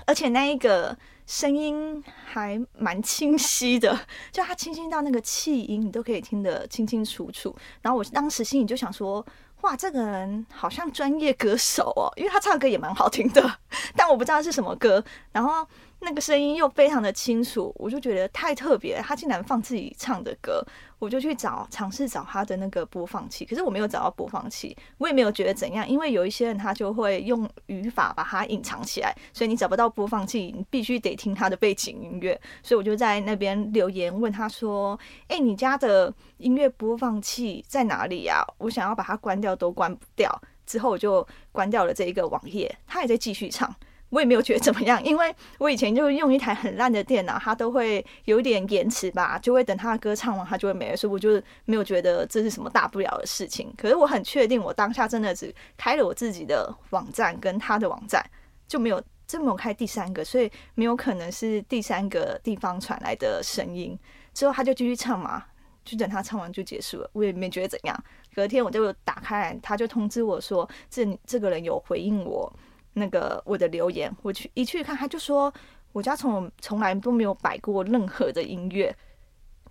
Speaker 4: 而且那一个声音还蛮清晰的，就它清晰到那个气音你都可以听得清清楚楚。然后我当时心里就想说。哇，这个人好像专业歌手哦，因为他唱歌也蛮好听的，但我不知道是什么歌。然后那个声音又非常的清楚，我就觉得太特别了，他竟然放自己唱的歌，我就去找尝试找他的那个播放器，可是我没有找到播放器，我也没有觉得怎样，因为有一些人他就会用语法把它隐藏起来，所以你找不到播放器，你必须得听他的背景音乐。所以我就在那边留言问他说：“哎、你家的音乐播放器在哪里呀、我想要把它关掉，都关不掉。”之后我就关掉了这一个网页，他也在继续唱。我也没有觉得怎么样，因为我以前就用一台很烂的电脑，它都会有一点延迟吧，就会等他的歌唱完，它就会没了，所以我就没有觉得这是什么大不了的事情。可是我很确定，我当下真的只开了我自己的网站跟他的网站，就没有真没有开第三个，所以没有可能是第三个地方传来的声音。之后他就继续唱嘛，就等他唱完就结束了，我也没觉得怎样。隔天我就打开来，他就通知我说，这这个人有回应我那个我的留言，我去一去看，他就说我家从从来都没有摆过任何的音乐，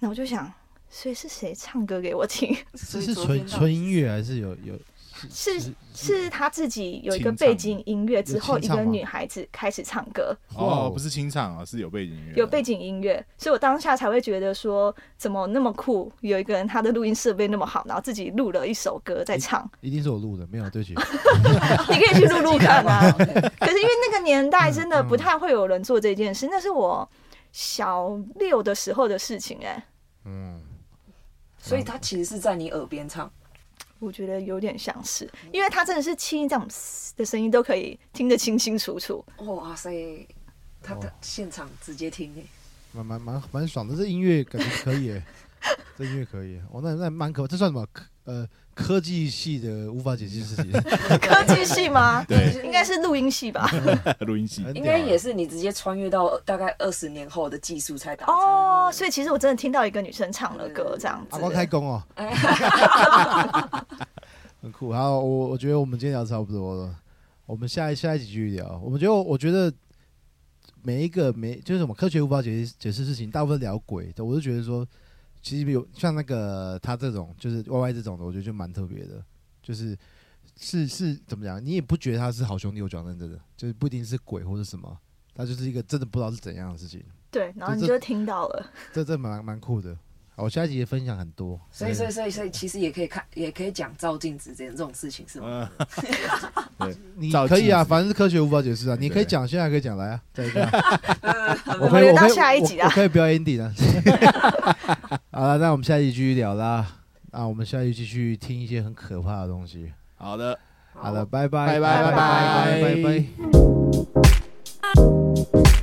Speaker 4: 那我就想，所以是谁唱歌给我听？
Speaker 2: 这是纯纯音乐还是有有
Speaker 4: 是
Speaker 2: 嗯是
Speaker 4: 是他自己有一个
Speaker 3: 清唱
Speaker 4: 背景音乐之后，
Speaker 2: 有
Speaker 4: 一
Speaker 2: 清唱
Speaker 4: 个
Speaker 2: 吗
Speaker 4: 女孩子开始唱歌，
Speaker 2: 哇
Speaker 3: 哦，不是清唱啊，是有背景音乐的，
Speaker 4: 有背景音乐，所以我当下才会觉得说怎么那么酷，有一个人他的录音设备那么好，然后自己录了一首歌在唱，
Speaker 2: 一定是我录的，没有 对不起。
Speaker 4: 你可以去录录看啊。
Speaker 5: 好，OK
Speaker 4: 可是因为那个年代真的不太会有人做这件事，那是我小六的时候的事情哎、
Speaker 2: 嗯，
Speaker 5: 所以他其实是在你耳边唱，
Speaker 4: 我觉得有点像是，因为它真的是轻音这种嘶的声音都可以听得清清楚楚。
Speaker 5: 哇塞，他他
Speaker 2: 哦
Speaker 5: 现场直接听欸诶，
Speaker 2: 蛮蛮蛮蛮爽的，这音乐感觉可以耶， 这音乐可以耶，哦，那那蛮可，这算什么科呃科技系的无法解析的事 情，
Speaker 4: 科技系吗？
Speaker 3: 对
Speaker 4: 应该是录音系吧。
Speaker 3: 录音 系，
Speaker 2: 很
Speaker 5: 应
Speaker 2: 屌啊
Speaker 5: 该
Speaker 2: 耶
Speaker 5: 也是你直接穿越到大概二十年后的技术才达成的。
Speaker 4: 哦，所以其实我真的听到一个女生唱了歌这样
Speaker 2: 阿
Speaker 4: 子。
Speaker 2: 光开工哦，很酷。好，我我觉得我们今天聊得差不多了，我们下一下一集继续聊。我们觉得我觉得每一个每就是什么科学无法解释解释事情，大部分聊鬼的，我就觉得说，其实有像那个他这种就是 Y Y 这种的，我觉得就蛮特别的，就是。是是怎么讲？你也不觉得他是好兄弟，我讲认真的，就是不一定是鬼或者什么，他就是一个真的不知道是怎样的事情，
Speaker 4: 对，然后你
Speaker 2: 这
Speaker 4: 就听到了。
Speaker 2: 这这蛮蛮酷的。好，我下一集也分享很多，
Speaker 5: 所以，所以，所以，所以，其实也可以看，也可以讲照镜子这这种事情，是吗？
Speaker 3: 嗯，
Speaker 2: 你
Speaker 3: 照
Speaker 2: 可以啊，
Speaker 3: 镜子
Speaker 2: 反正是科学无法解释啊，你可以
Speaker 3: 对
Speaker 2: 讲，现在可以讲，来啊，再一 个啊，
Speaker 4: 我
Speaker 2: 我可以，
Speaker 4: 留
Speaker 2: 我
Speaker 4: 到
Speaker 2: 可以，
Speaker 4: 下一集
Speaker 2: 我
Speaker 4: 啦
Speaker 2: 我可以不要 ending 啊。 好了，那我们下一集继续聊啦。那我们下一集继续听一些很可怕的东西。
Speaker 3: 好的。
Speaker 2: 好了，拜
Speaker 3: 拜
Speaker 2: 拜，
Speaker 3: 拜
Speaker 2: 拜
Speaker 3: 拜
Speaker 2: 拜，
Speaker 3: 拜
Speaker 2: 拜拜。